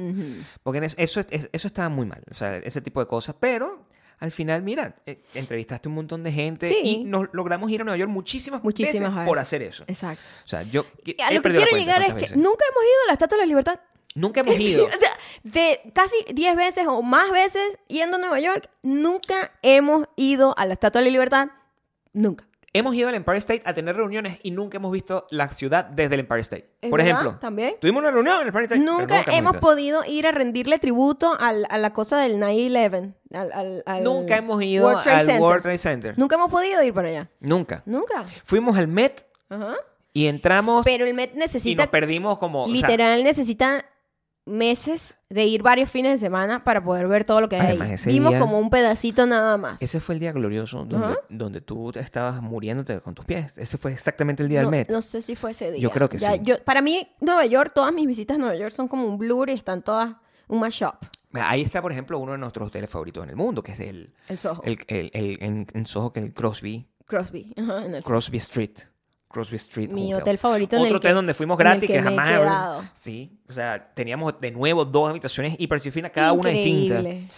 S2: porque en es- eso, es- eso estaba muy mal, o sea, ese tipo de cosas, pero al final, mira, eh, entrevistaste un montón de gente
S1: Sí.
S2: y nos logramos ir a Nueva York muchísimas,
S1: Muchísimas
S2: veces
S1: veces.
S2: por hacer eso.
S1: Exacto.
S2: O sea, yo que-
S1: A
S2: he
S1: lo que
S2: perdido la
S1: quiero
S2: cuenta
S1: llegar es que
S2: cuántas veces.
S1: nunca hemos ido a la Estatua de la Libertad.
S2: nunca hemos ido.
S1: o sea, de casi 10 veces o más veces yendo a Nueva York, nunca hemos ido a la Estatua de la Libertad. Nunca.
S2: hemos ido al Empire State a tener reuniones y nunca hemos visto la ciudad desde el Empire State.
S1: ¿Es
S2: Por
S1: verdad?
S2: ejemplo,
S1: ¿También?
S2: tuvimos una reunión en el Empire State. pero
S1: Nunca hemos
S2: visto.
S1: podido ir a rendirle tributo al- a la cosa del 9-11. al- al- al
S2: Nunca hemos ido
S1: World Trade
S2: al
S1: Center.
S2: World Trade Center.
S1: Nunca hemos podido ir para allá.
S2: Nunca.
S1: Nunca.
S2: Fuimos al Met
S1: Ajá.
S2: y entramos
S1: Pero el Met
S2: y
S1: necesita,
S2: nos perdimos como o sea,
S1: literal, necesita meses de ir varios fines de semana para poder ver todo lo que hay
S2: Además,
S1: ahí.
S2: ese
S1: Vimos
S2: día-
S1: como un pedacito nada más.
S2: ese fue el día glorioso donde,
S1: Ajá.
S2: donde tú te estabas muriéndote con tus pies. Ese fue exactamente el día
S1: no,
S2: del Met.
S1: no sé si fue ese día.
S2: Yo creo que sí.
S1: yo- para mí, Nueva York, todas mis visitas a Nueva York son como un blur y están todas un mashup.
S2: Ahí está, por ejemplo, uno de nuestros hoteles favoritos en el mundo, que es el,
S1: El Soho.
S2: el, el- el- en, en Soho, que es el Crosby,
S1: Crosby. Ajá, en el
S2: Crosby Street. Crosby Street.
S1: Mi hotel favorito en
S2: Otro
S1: el
S2: hotel
S1: que-
S2: donde fuimos
S1: en el
S2: gratis, que,
S1: que me he
S2: jamás.
S1: quedado.
S2: Sí, o sea, teníamos de nuevo dos habitaciones hiper sinfín, cada una distinta.
S1: Increíble.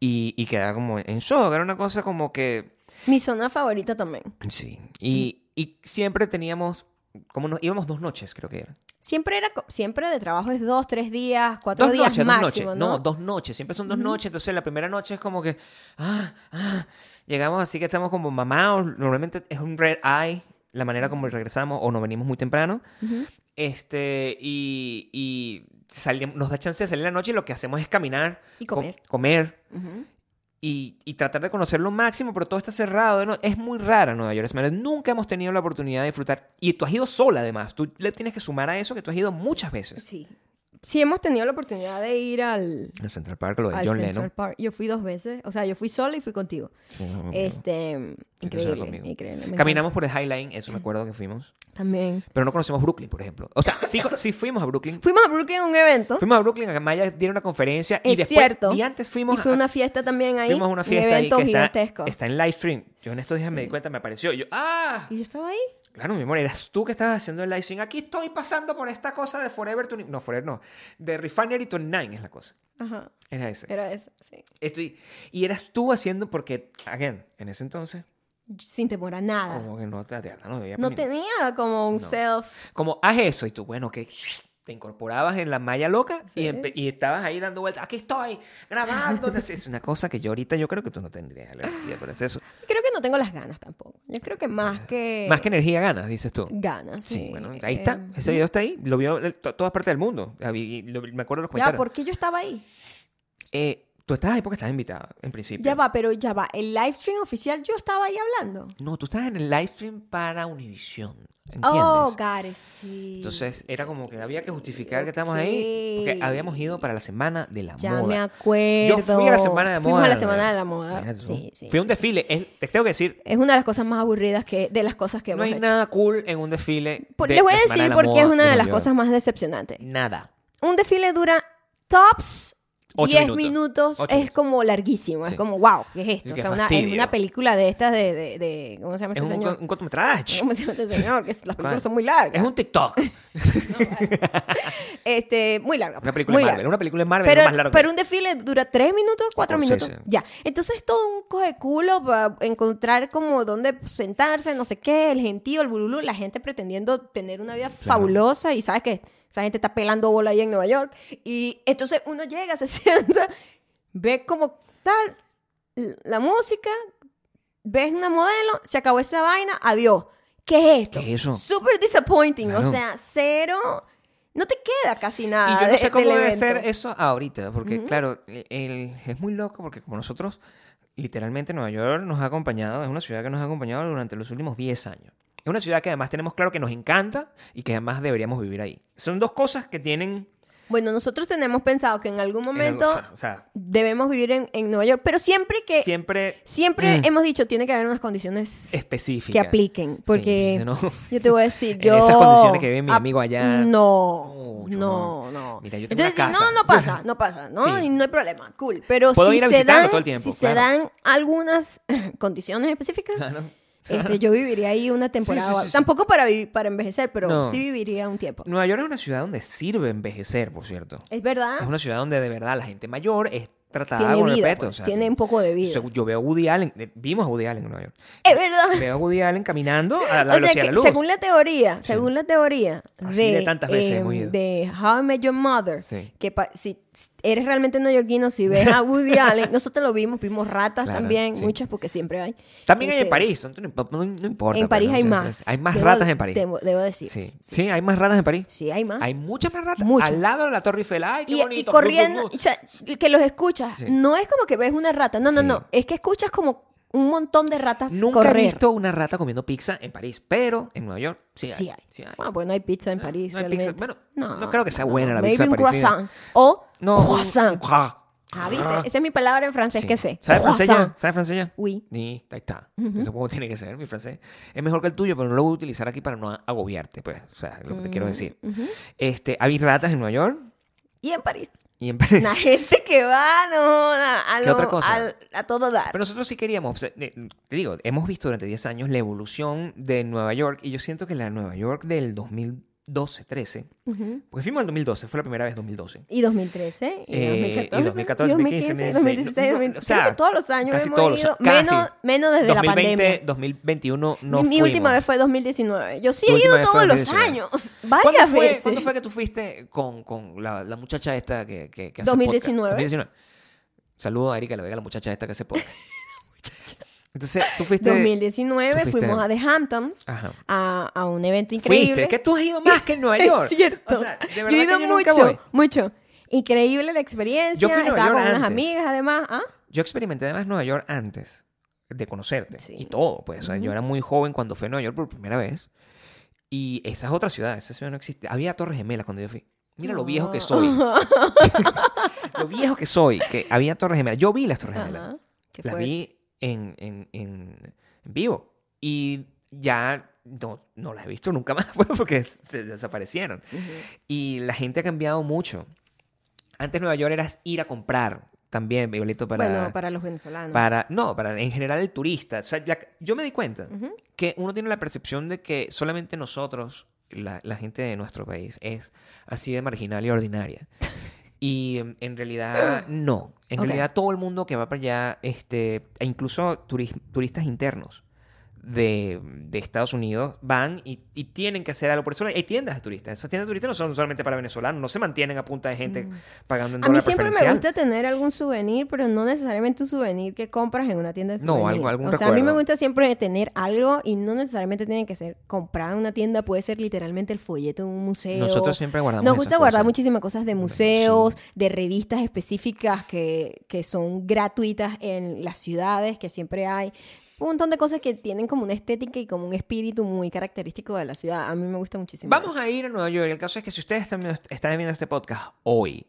S2: Y, y quedaba como en Soho, que era una cosa como que.
S1: Mi zona favorita también.
S2: Sí. Y, y siempre teníamos. Como nos, íbamos dos noches, creo que era.
S1: Siempre era co- siempre de trabajo es dos, tres días, cuatro días máximo,
S2: dos noches.
S1: ¿no?
S2: dos noches. Siempre son dos noches. Entonces, la primera noche es como que. Ah, ah, llegamos así que estamos como mamados. Normalmente es un red eye la manera como regresamos o nos venimos muy temprano. Este, y, y salimos- nos da chance de salir en la noche y lo que hacemos es caminar.
S1: Y
S2: co-
S1: comer.
S2: comer.
S1: Ujú.
S2: Y, y tratar de conocer lo máximo, pero todo está cerrado. ¿no? Es muy rara Nueva York. Es más, Nunca hemos tenido la oportunidad de disfrutar. Y tú has ido sola, además. Tú le tienes que sumar a eso que tú has ido muchas veces.
S1: Sí. Sí hemos tenido la oportunidad de ir al,
S2: En Central Park, lo de
S1: al
S2: Pues, John
S1: Central
S2: Lennon.
S1: Park. Yo fui dos veces. O sea, yo fui sola y fui contigo.
S2: Sí, no, no, no.
S1: Este,
S2: Tienes que hacerlo
S1: increíble,
S2: conmigo.
S1: increíble. me
S2: Caminamos por el High Line, eso me acuerdo que fuimos.
S1: encanta. También.
S2: Pero no conocemos Brooklyn, por ejemplo. O sea, sí, sí fuimos a Brooklyn.
S1: Fuimos a Brooklyn a un evento.
S2: Fuimos a Brooklyn, a Maya dieron una conferencia. y
S1: es
S2: después,
S1: cierto.
S2: Y antes fuimos
S1: Y fue
S2: a-
S1: una fiesta también ahí.
S2: fuimos a una fiesta
S1: Un
S2: ahí
S1: evento
S2: que está-
S1: gigantesco.
S2: Está, en live stream. Yo en estos días me
S1: Sí.
S2: di cuenta, me apareció. Yo, ¡ah!
S1: Y yo estaba ahí.
S2: Claro, mi amor, eras tú que estabas haciendo el live stream. Aquí estoy pasando por esta cosa de Forever to No, Forever no. De Refinery to Nine es la cosa.
S1: Ajá.
S2: Era ese.
S1: Era eso, sí.
S2: Estoy- y eras tú haciendo, porque, again, en ese entonces,
S1: Sin temor a nada.
S2: como que no te te- no, había
S1: Ah. No
S2: ni-
S1: tenía como un
S2: No.
S1: self.
S2: Como, haz eso. Y tú, bueno, que te incorporabas en la malla loca y
S1: Sí.
S2: empe- y, estabas ahí dando vueltas. Aquí estoy, grabando. es una cosa que yo ahorita yo creo que tú no tendrías la energía para hacer eso.
S1: Creo que no tengo las ganas tampoco. Yo creo que más que.
S2: Más que energía ganas, dices tú.
S1: Ganas.
S2: Sí,
S1: Eh, Sí,
S2: bueno, ahí está.
S1: Eh,
S2: Ese video está ahí. Lo vio el- to- todas partes del mundo. Y- y lo- me acuerdo los
S1: Ya,
S2: comentarios.
S1: ¿por qué yo estaba ahí?
S2: Eh, tú estabas ahí porque estabas invitada, en principio.
S1: Ya va, pero ya va. El live stream oficial yo estaba ahí hablando.
S2: No, tú estabas en el live stream para Univision. ¿Entiendes?
S1: Oh, Gare, sí.
S2: Entonces era como que había que justificar que estábamos ahí porque
S1: Ok.
S2: habíamos ido para la semana de la
S1: Ya
S2: moda.
S1: me acuerdo.
S2: Yo fui a la semana de moda.
S1: Fuimos a la
S2: ¿no?
S1: semana de la moda.
S2: Imagínate tú.
S1: Sí, sí.
S2: Fui a un desfile. Es- te tengo que decir,
S1: Es una de las cosas más aburridas que, de las cosas que
S2: no
S1: hemos
S2: hay
S1: hecho.
S2: nada cool en un desfile.
S1: Por-
S2: de
S1: les voy a
S2: la Semana
S1: decir
S2: la
S1: por qué es
S2: Moda
S1: una
S2: de
S1: de las
S2: Nueva York.
S1: cosas más decepcionantes.
S2: Nada.
S1: Un desfile dura tops
S2: Ocho
S1: 10
S2: minutos.
S1: minutos.
S2: Ocho
S1: es
S2: minutos.
S1: como larguísimo.
S2: Sí.
S1: Es como, wow, ¿qué es esto?
S2: Sí,
S1: O
S2: qué
S1: sea, una, es
S2: fastidio.
S1: una película de estas de, de, de- ¿Cómo se llama
S2: Es
S1: este
S2: un,
S1: señor?
S2: un cortometraje.
S1: ¿Cómo se llama este señor? Que es- las
S2: ¿Cuál?
S1: películas son muy
S2: Es
S1: largas.
S2: un TikTok.
S1: Este, muy larga.
S2: Una película
S1: muy
S2: de
S1: larga.
S2: Marvel. Una película de Marvel es
S1: Pero,
S2: lo más largo que
S1: pero un desfile dura tres minutos, cuatro
S2: Oh, sí,
S1: minutos.
S2: sí.
S1: Ya. Entonces todo un coge culo para encontrar como dónde sentarse, no sé qué, el gentío, el bululú, la gente pretendiendo tener una vida fabulosa y sabes que esa gente está pelando bola ahí en Nueva York. Y entonces uno llega, se sienta, ve como tal la música, ves una modelo, se acabó esa vaina, adiós. ¿Qué es esto?
S2: ¿Qué es eso?
S1: Super disappointing.
S2: Claro.
S1: O sea, cero. No te queda casi nada. este
S2: Y yo no
S1: de-
S2: sé cómo
S1: del
S2: debe
S1: evento.
S2: ser eso ahorita, porque claro, el- el- es muy loco porque como nosotros, literalmente Nueva York nos ha acompañado, es una ciudad que nos ha acompañado durante los últimos 10 años. Es una ciudad que además tenemos claro que nos encanta y que además deberíamos vivir ahí. Son dos cosas que tienen...
S1: Bueno, nosotros tenemos pensado que en algún
S2: en
S1: momento
S2: algo- o sea,
S1: debemos vivir en, en Nueva York, pero siempre que siempre,
S2: siempre Mm.
S1: hemos dicho tiene que haber unas condiciones que
S2: específicas.
S1: apliquen, porque
S2: Sí, no.
S1: yo te voy a decir
S2: En
S1: yo
S2: esas condiciones que vive mi
S1: ah,
S2: amigo allá.
S1: No,
S2: No, yo no.
S1: no, no.
S2: Mira, yo tengo
S1: Entonces,
S2: una
S1: si
S2: casa.
S1: no, no pasa, no pasa, no,
S2: Sí.
S1: Y no hay problema, cool. Pero
S2: Puedo
S1: si
S2: ir a
S1: se
S2: visitarlo
S1: dan,
S2: todo el tiempo,
S1: si
S2: claro.
S1: se dan algunas condiciones específicas,
S2: Claro.
S1: este, yo viviría ahí una temporada,
S2: sí, sí, sí.
S1: tampoco para vi- para envejecer, pero
S2: No.
S1: sí viviría un tiempo.
S2: Nueva York es una ciudad donde sirve envejecer, por cierto.
S1: Es verdad.
S2: Es una ciudad donde de verdad la gente mayor es tratada
S1: Ah. tiene
S2: con
S1: vida,
S2: respeto.
S1: pues,
S2: o sea,
S1: tiene un poco de vida.
S2: Yo- Yo veo a Woody Allen, eh, vimos a Woody Allen en Nueva York.
S1: Es verdad.
S2: Veo a Woody Allen caminando a la
S1: o sea
S2: velocidad de
S1: que
S2: la luz.
S1: según la teoría, según la teoría
S2: Así
S1: de,
S2: de tantas veces
S1: em,
S2: hemos ido.
S1: de How I Met Your Mother,
S2: Sí.
S1: que pa- si s- eres realmente neoyorquino, si ves a Woody Allen, nosotros lo vimos, vimos ratas
S2: Claro,
S1: también,
S2: sí.
S1: muchas porque siempre hay.
S2: También hay en
S1: Este,
S2: París, no, no- no importa.
S1: En París
S2: pero,
S1: hay
S2: o sea, pues,
S1: más.
S2: Hay más
S1: Debo-
S2: ratas en París.
S1: Debo, debo decir.
S2: sí.
S1: Sí.
S2: Sí, hay más ratas en París.
S1: hay más.
S2: Hay muchas más ratas.
S1: Muchas.
S2: Al lado de la Torre Eiffel. ¡Ay, qué
S1: y, y
S2: bonito! Bu, bu,
S1: corriendo,
S2: bu.
S1: o sea, que los escuchas.
S2: Sí.
S1: No es como que ves una rata, no, no,
S2: Sí.
S1: no. Es que escuchas como un montón de ratas
S2: Nunca
S1: correr.
S2: he visto una rata comiendo pizza en París, pero en Nueva York sí hay.
S1: Sí hay.
S2: Sí hay. Eh,
S1: Bueno, pues no hay pizza en París.
S2: no hay pizza.
S1: realmente.
S2: Bueno, no creo que sea buena la
S1: Maybe
S2: pizza
S1: un
S2: parisina.
S1: croissant. O
S2: No, un-
S1: croissant.
S2: un croissant.
S1: Ah, ¿viste? Esa es mi palabra en francés
S2: Sí.
S1: que sé.
S2: ¿Sabe francés ya?
S1: Croissant.
S2: ¿Sabe francés ya?
S1: Oui.
S2: Y ahí está. Eso como tiene que ser, mi francés. Es mejor que el tuyo, pero no lo voy a utilizar aquí para no agobiarte, pues. O sea, es lo que te
S1: Mm,
S2: quiero decir. Este, había ratas en Nueva York
S1: Y en París.
S2: y en París.
S1: La gente que va, no, a, a
S2: ¿Qué
S1: lo-
S2: otra cosa?
S1: al- a todo dar.
S2: Pero nosotros sí queríamos, o sea, eh, te digo, hemos visto durante 10 años la evolución de Nueva York y yo siento que la Nueva York del 2012, 13, porque fuimos al 2012, fue la primera vez 2012.
S1: y 2013, y
S2: Eh, y
S1: 2014,
S2: 2014,
S1: y 2015, 2016,
S2: 2015, no, no,
S1: 2017.
S2: o sea,
S1: Creo que todos los años
S2: casi
S1: hemos
S2: todos los-
S1: ido,
S2: casi.
S1: menos, menos desde la
S2: 2020,
S1: pandemia.
S2: 2021 no
S1: mi
S2: fuimos.
S1: última vez fue 2019. Yo sí
S2: Tu
S1: he
S2: última
S1: ido
S2: vez fue
S1: todos los
S2: 2019.
S1: años,
S2: ¿Cuándo
S1: varias
S2: fue,
S1: veces.
S2: cuándo fue que tú fuiste con, con la, la muchacha esta que, que, que hace
S1: 2019.
S2: podcast? 2019. Saludo a Erika, le a la muchacha esta que hace podcast. Entonces, tú fuiste...
S1: 2019
S2: tú fuiste-
S1: fuimos a The Hamptons
S2: Ajá.
S1: a, a un evento increíble.
S2: Fuiste, es que tú has ido más que en Nueva York.
S1: Es cierto.
S2: O sea, de
S1: yo he
S2: verdad que
S1: ido
S2: yo nunca
S1: mucho,
S2: voy.
S1: mucho. Increíble la experiencia.
S2: Yo fui a Nueva
S1: Estaba
S2: York
S1: con unas
S2: antes.
S1: amigas, además. ¿Ah?
S2: Yo experimenté además Nueva York antes de conocerte
S1: Sí.
S2: y todo. Pues, o sea, yo era muy joven cuando fui a Nueva York por primera vez. Y esa es otra ciudad, esa ciudad no existe. Había Torres Gemelas cuando yo fui. Mira lo viejo que soy. lo viejo que soy, que había Torres Gemelas. Yo vi las Torres Gemelas.
S1: Ajá. Qué
S2: Las
S1: fuerte.
S2: vi en, en- en- en vivo. Y ya no, no las he visto nunca más pues, porque se desaparecieron.
S1: Ujú.
S2: Y la gente ha cambiado mucho. Antes Nueva York era ir a comprar también, Violito, para...
S1: Bueno, para los venezolanos.
S2: Para, no, para en general el turista. O sea, la- yo me di cuenta
S1: Ujú.
S2: que uno tiene la percepción de que solamente nosotros, la, la gente de nuestro país, es así de marginal y ordinaria. Y em, en realidad no. En
S1: Ok.
S2: realidad todo el mundo que va para allá, este, e incluso turis- turistas internos de, de Estados Unidos, van y, y tienen que hacer algo. Por eso hay tiendas de turistas. Esas tiendas de turistas no son solamente para venezolanos, no se mantienen a punta de gente pagando en
S1: Mm. A mí
S2: dólar
S1: siempre me
S2: preferencial.
S1: gusta tener algún souvenir, pero no necesariamente un souvenir que compras en una tienda de
S2: No,
S1: souvenirs.
S2: algo- algún
S1: O sea, a mí me
S2: recuerdo.
S1: gusta siempre tener algo y no necesariamente tiene que ser comprado en una tienda, puede ser literalmente el folleto de un museo.
S2: Nosotros siempre guardamos
S1: eh, Nos gusta
S2: esas
S1: guardar
S2: cosas.
S1: muchísimas cosas de museos, de revistas específicas que, que son gratuitas en las ciudades, que siempre hay. Un montón de cosas que tienen como una estética y como un espíritu muy característico de la ciudad. A mí me gusta muchísimo.
S2: Vamos a ir a Nueva York. El caso es que si ustedes están viendo, están viendo este podcast hoy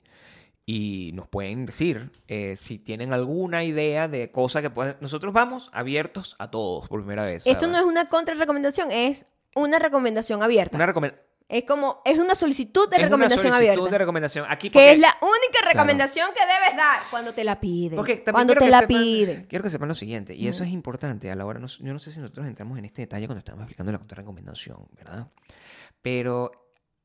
S2: y nos pueden decir eh, si tienen alguna idea de cosa que pueden... Nosotros vamos abiertos a todos por primera vez.
S1: Esto no es una contrarrecomendación, es una recomendación abierta.
S2: una recomendación.
S1: Es como, es una solicitud de
S2: Es una
S1: recomendación
S2: solicitud
S1: abierta.
S2: de recomendación. Aquí
S1: Que
S2: porque,
S1: es la única recomendación que debes dar cuando te la piden.
S2: porque también
S1: cuando
S2: quiero
S1: te
S2: que
S1: la
S2: sepan-
S1: piden.
S2: Quiero que sepan lo siguiente, y eso es importante. A la hora, no- yo no sé si nosotros entramos en este detalle cuando estábamos explicando la contrarrecomendación, ¿verdad? Pero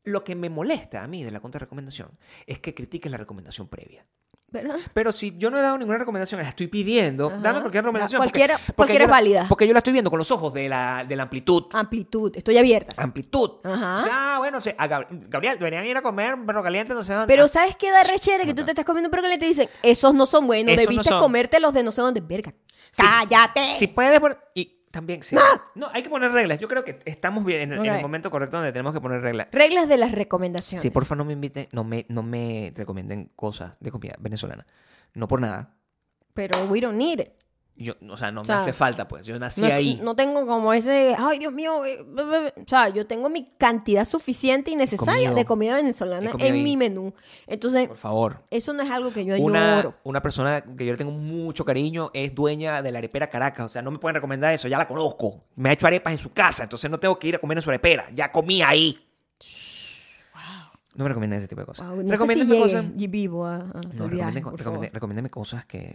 S2: lo que me molesta a mí de la contrarrecomendación es que critiques la recomendación previa.
S1: ¿Verdad?
S2: Pero si yo no he dado ninguna recomendación, la estoy pidiendo,
S1: Ajá.
S2: dame cualquier
S1: Da-
S2: recomendación.
S1: cualquiera- cualquiera
S2: yo
S1: es
S2: la-
S1: válida.
S2: Porque yo la estoy viendo con los ojos de la, de la amplitud.
S1: Amplitud, estoy abierta.
S2: Amplitud.
S1: Ajá.
S2: O sea, bueno, o sea, a Gab- Gabriel, deberían ir a comer perro caliente, no sé dónde.
S1: Pero
S2: Ah,
S1: ¿sabes qué da rechera? Que tú te estás comiendo un perro y te dicen, esos no son buenos,
S2: Esos no
S1: debiste
S2: son.
S1: comerte los de no sé dónde. Verga,
S2: Sí.
S1: cállate.
S2: si puedes poner- Y también, sí. No, hay que poner reglas. Yo creo que estamos bien en, en
S1: Ah. Ok.
S2: el momento correcto donde tenemos que poner reglas.
S1: Reglas de las recomendaciones.
S2: Sí, porfa, no me inviten, no me, no me recomienden cosas de comida venezolana. No por nada.
S1: Pero we don't need it.
S2: Yo, o sea, no
S1: O sea,
S2: me hace falta, pues. Yo nací
S1: no, es-
S2: ahí.
S1: no tengo como ese, ay Dios mío, eh, be- be- be". o sea, yo tengo mi cantidad suficiente y necesaria
S2: comido.
S1: de comida venezolana
S2: He comido
S1: en
S2: ahí.
S1: mi menú. Entonces,
S2: Por favor.
S1: eso no es algo que yo
S2: una,
S1: añoro.
S2: una persona que yo le tengo mucho cariño es dueña de la arepera Caracas. O sea, no me pueden recomendar eso. Ya la conozco. Me ha hecho arepas en su casa. Entonces no tengo que ir a comer en su arepera. Ya comí ahí. No me recomiendan ese tipo de cosas.
S1: Wow, no sé si
S2: Recomiéndenme
S1: llegue
S2: cosas.
S1: y vivo a, a-
S2: No,
S1: al viaje,
S2: recomienden-
S1: por
S2: recomienden-
S1: favor.
S2: recomiéndenme cosas que,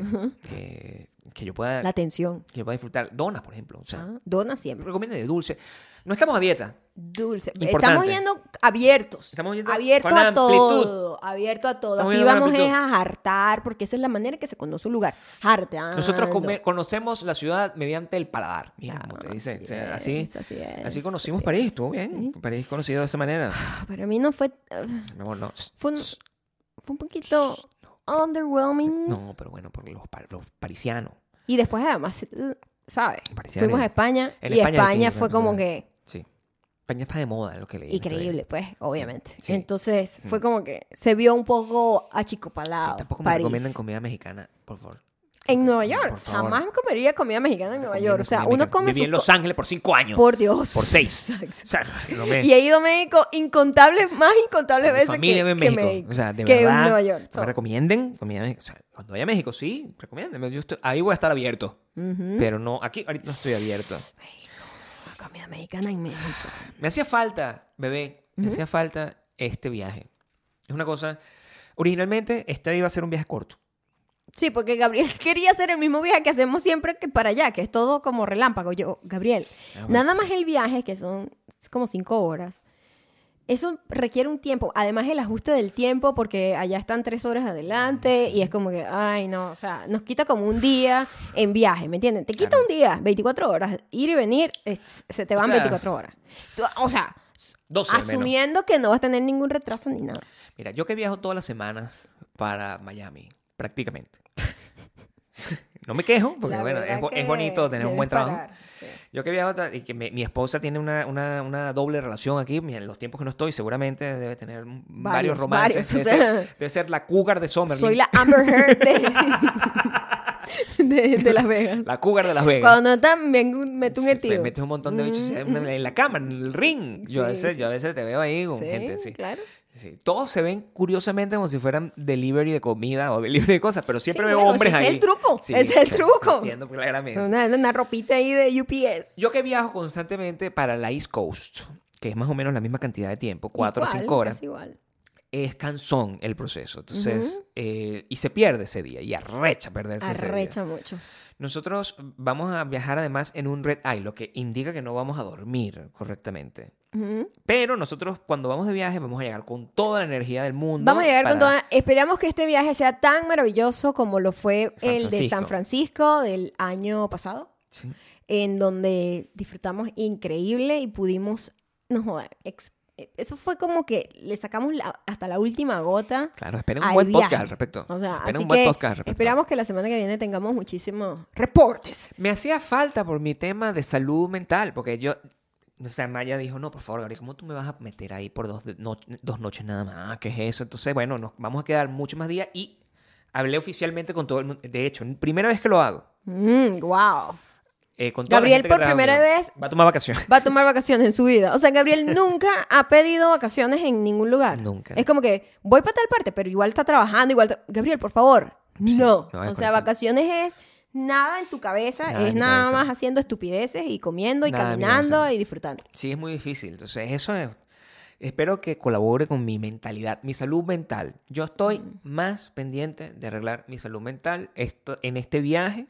S2: que, que yo pueda,
S1: La atención.
S2: que yo pueda disfrutar. Donas, por ejemplo. O sea,
S1: Ah, Dona siempre.
S2: recomienden de dulce. No estamos a dieta.
S1: Dulce. Estamos
S2: Importante.
S1: yendo abiertos.
S2: Estamos yendo
S1: abiertos
S2: con
S1: a
S2: amplitud.
S1: todo. Abierto a todo.
S2: Estamos
S1: Aquí
S2: yendo con
S1: vamos es
S2: amplitud.
S1: a hartar, porque esa es la manera en que se conoce un lugar. Harteando.
S2: Nosotros come- conocemos la ciudad mediante el paladar. Mira, como te
S1: Claro,
S2: dice.
S1: Ah, así
S2: O sea,
S1: es,
S2: así,
S1: así es,
S2: así conocimos
S1: así
S2: París.
S1: es,
S2: Estuvo bien.
S1: sí.
S2: París conocido de esa manera.
S1: Para mí no fue.
S2: Mi amor, no.
S1: Fue un, fue un poquito underwhelming.
S2: No, pero bueno, por los, par- los parisianos.
S1: Y después, además, ¿sabes?
S2: Parecía
S1: Fuimos a
S2: bien.
S1: España
S2: En
S1: y España,
S2: España distinto,
S1: fue
S2: ¿no?
S1: como
S2: Sí.
S1: que
S2: Sí. España está de moda, lo que leí. en estos días.
S1: increíble, pues, obviamente.
S2: sí.
S1: Entonces, fue como que se vio un poco achicopalado.
S2: Sí, tampoco me
S1: París.
S2: recomiendan comida mexicana, por favor.
S1: En Nueva
S2: Por
S1: York.
S2: favor.
S1: Jamás comería comida mexicana en Nueva York. O sea,
S2: Comida
S1: uno
S2: mexicana.
S1: come
S2: Viví
S1: su
S2: en
S1: co-
S2: Los Ángeles por cinco años.
S1: Por Dios.
S2: Por seis.
S1: Exacto.
S2: O sea, no me-
S1: Y he ido a México incontables, más incontables
S2: mi
S1: veces
S2: familia
S1: que,
S2: vive en
S1: que
S2: México.
S1: México,
S2: o sea, de
S1: que en
S2: verdad.
S1: Nueva York.
S2: que
S1: So,
S2: me recomienden comida mex- O sea, cuando vaya a México, sí, recomiéndenme. Yo estoy- ahí voy a estar abierto. Pero no, aquí ahorita no estoy abierto.
S1: comida mexicana en México.
S2: Me hacía falta, bebé, me hacía falta este viaje. Es una cosa. Originalmente, este iba a ser un viaje corto.
S1: Sí, porque Gabriel quería hacer el mismo viaje que hacemos siempre que para allá, que es todo como relámpago. Yo, Gabriel,
S2: Ah, bueno,
S1: nada más el viaje, que son como cinco horas, eso requiere un tiempo. Además, el ajuste del tiempo, porque allá están tres horas
S2: Ah,
S1: adelante y es como que, ay, no, o sea, nos quita como un día en viaje, ¿me entienden? Te quita
S2: Claro.
S1: un día, 24 horas. Ir y venir, es- se te van
S2: sea,
S1: 24 horas. Tú- o sea,
S2: 12 al menos.
S1: asumiendo que no vas a tener ningún retraso ni nada.
S2: Mira, yo que viajo todas las semanas para Miami, prácticamente. No me quejo, porque
S1: La
S2: bueno,
S1: verdad
S2: es, bo- es
S1: que
S2: bonito tener un
S1: debes
S2: buen trabajo.
S1: parar, sí.
S2: Yo que viajo, ta- y que mi, mi esposa tiene una, una, una doble relación aquí, mi- en los tiempos que no estoy, seguramente debe tener varios,
S1: Varios,
S2: romances.
S1: varios,
S2: debe,
S1: o sea.
S2: ser, debe ser la cougar de Summerlin.
S1: Soy la Amber Heard de, de, de Las Vegas.
S2: La cougar de Las Vegas.
S1: Cuando no tan, me meto un
S2: Sí,
S1: etío.
S2: Te metes Pues, un montón de bichos en en la cama, en el ring. Yo, a
S1: Sí,
S2: veces, yo a veces te veo ahí con
S1: Sí,
S2: gente, sí.
S1: claro.
S2: Sí. Todos se ven curiosamente como si fueran delivery de comida o delivery de cosas, pero siempre
S1: Sí,
S2: veo
S1: bueno,
S2: hombres
S1: ese
S2: ahí.
S1: es el truco, ese es el
S2: sí,
S1: truco.
S2: Entiendo claramente.
S1: Una, una ropita ahí de UPS.
S2: Yo que viajo constantemente para la East Coast, que es más o menos la misma cantidad de tiempo, cuatro o
S1: Igual,
S2: cinco horas,
S1: casi igual.
S2: es cansón el proceso. Entonces, eh, y se pierde ese día, y arrecha perderse ese día.
S1: Arrecha mucho.
S2: Nosotros vamos a viajar además en un red eye, lo que indica que no vamos a dormir correctamente.
S1: Ujú.
S2: Pero nosotros cuando vamos de viaje vamos a llegar con toda la energía del mundo.
S1: Vamos a llegar con
S2: para-
S1: toda. Esperamos que este viaje sea tan maravilloso como lo fue
S2: San
S1: el de San
S2: Francisco.
S1: Francisco del año pasado,
S2: Sí.
S1: en donde disfrutamos increíble y pudimos. No joda, ex- Eso fue como que le sacamos la- hasta la última gota.
S2: Claro, esperen un
S1: al
S2: buen
S1: viaje.
S2: podcast al respecto.
S1: O sea,
S2: esperen
S1: así
S2: un buen
S1: que
S2: podcast al respecto.
S1: esperamos que la semana que viene tengamos muchísimos reportes.
S2: Me hacía falta por mi tema de salud mental, porque yo, o sea, Maya dijo, no, por favor, Gabriel, ¿cómo tú me vas a meter ahí por dos, de- no- dos noches nada más? ¿Qué es eso? Entonces, bueno, nos vamos a quedar muchos más días y hablé oficialmente con todo el mundo. De hecho, primera vez que lo hago.
S1: Mm, wow.
S2: eh, con toda la
S1: Gabriel,
S2: gente que
S1: por
S2: trabaja
S1: primera
S2: conmigo.
S1: vez-
S2: Va a tomar vacaciones.
S1: Va a tomar vacaciones en su vida. O sea, Gabriel nunca ha pedido vacaciones en ningún lugar.
S2: Nunca.
S1: Es como que voy para tal parte, pero igual está trabajando, igual. ta- Gabriel, por favor.
S2: Sí,
S1: No.
S2: no, es
S1: o sea,
S2: correcto.
S1: vacaciones es nada en tu cabeza,
S2: Nada en
S1: es
S2: mi
S1: nada
S2: cabeza.
S1: más haciendo estupideces y comiendo y
S2: Nada en mi
S1: caminando
S2: cabeza.
S1: y disfrutando.
S2: Sí, es muy difícil. Entonces, eso es. Espero que colabore con mi mentalidad, mi salud mental. Yo estoy
S1: Mm.
S2: más pendiente de arreglar mi salud mental esto, en este viaje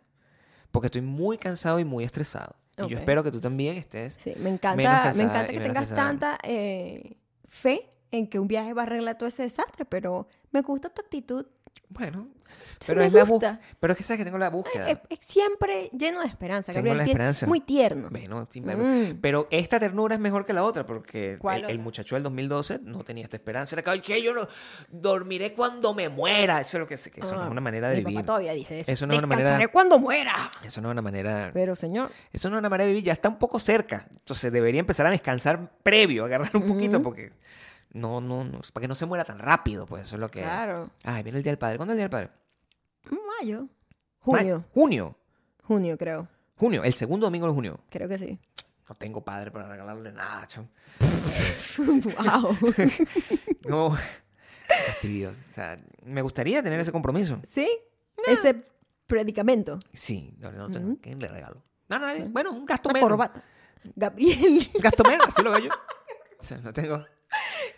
S2: porque estoy muy cansado y muy estresado. Y yo
S1: Ok.
S2: espero que tú también estés.
S1: Sí, me encanta,
S2: Menos cansada
S1: me encanta
S2: y
S1: que
S2: menos
S1: tengas
S2: cansada.
S1: tanta eh, fe en que un viaje va a arreglar todo ese desastre, pero me gusta tu actitud.
S2: Bueno,
S1: Sí,
S2: pero
S1: me
S2: es, la bus-
S1: gusta. eh,
S2: pero es que sabes que tengo la búsqueda.
S1: Es, es siempre lleno de esperanza,
S2: Tengo
S1: Gabriel.
S2: la
S1: Tien-
S2: esperanza.
S1: Muy tierno.
S2: Bueno, sí, me-
S1: Mm.
S2: pero esta ternura es mejor que la otra porque
S1: ¿Cuál
S2: el, el
S1: otra?
S2: muchacho del 2012 no tenía esta esperanza. Era que, "Ay, que yo no, dormiré cuando me muera. Eso es lo que se- que eso no es
S1: Ah,
S2: una manera de
S1: mi
S2: vivir.
S1: Papá todavía dice eso.
S2: Eso no es una
S1: Descansaré
S2: manera-
S1: cuando muera.
S2: Eso no es una manera.
S1: Pero señor,
S2: Eso no es una manera de vivir. Ya está un poco cerca. Entonces debería empezar a descansar previo, agarrar un poquito, porque no, no, no, para que no se muera tan rápido, pues eso es lo que.
S1: claro.
S2: Ay, viene el día del padre. ¿Cuándo es el día del padre?
S1: Mayo. Junio.
S2: Ma- Junio.
S1: Junio, creo.
S2: Junio, el segundo domingo de junio.
S1: Creo que sí.
S2: No tengo padre para regalarle nada, chum.
S1: wow.
S2: No. Fastidios. O sea, me gustaría tener ese compromiso.
S1: ¿Sí? Ese predicamento.
S2: Sí, no, no tengo. ¿Quién le regalo? No, no, eh, bueno, un gasto
S1: Una
S2: menos.
S1: corbata. Gabriel.
S2: Un gasto menos, así lo veo yo. O sea, no tengo.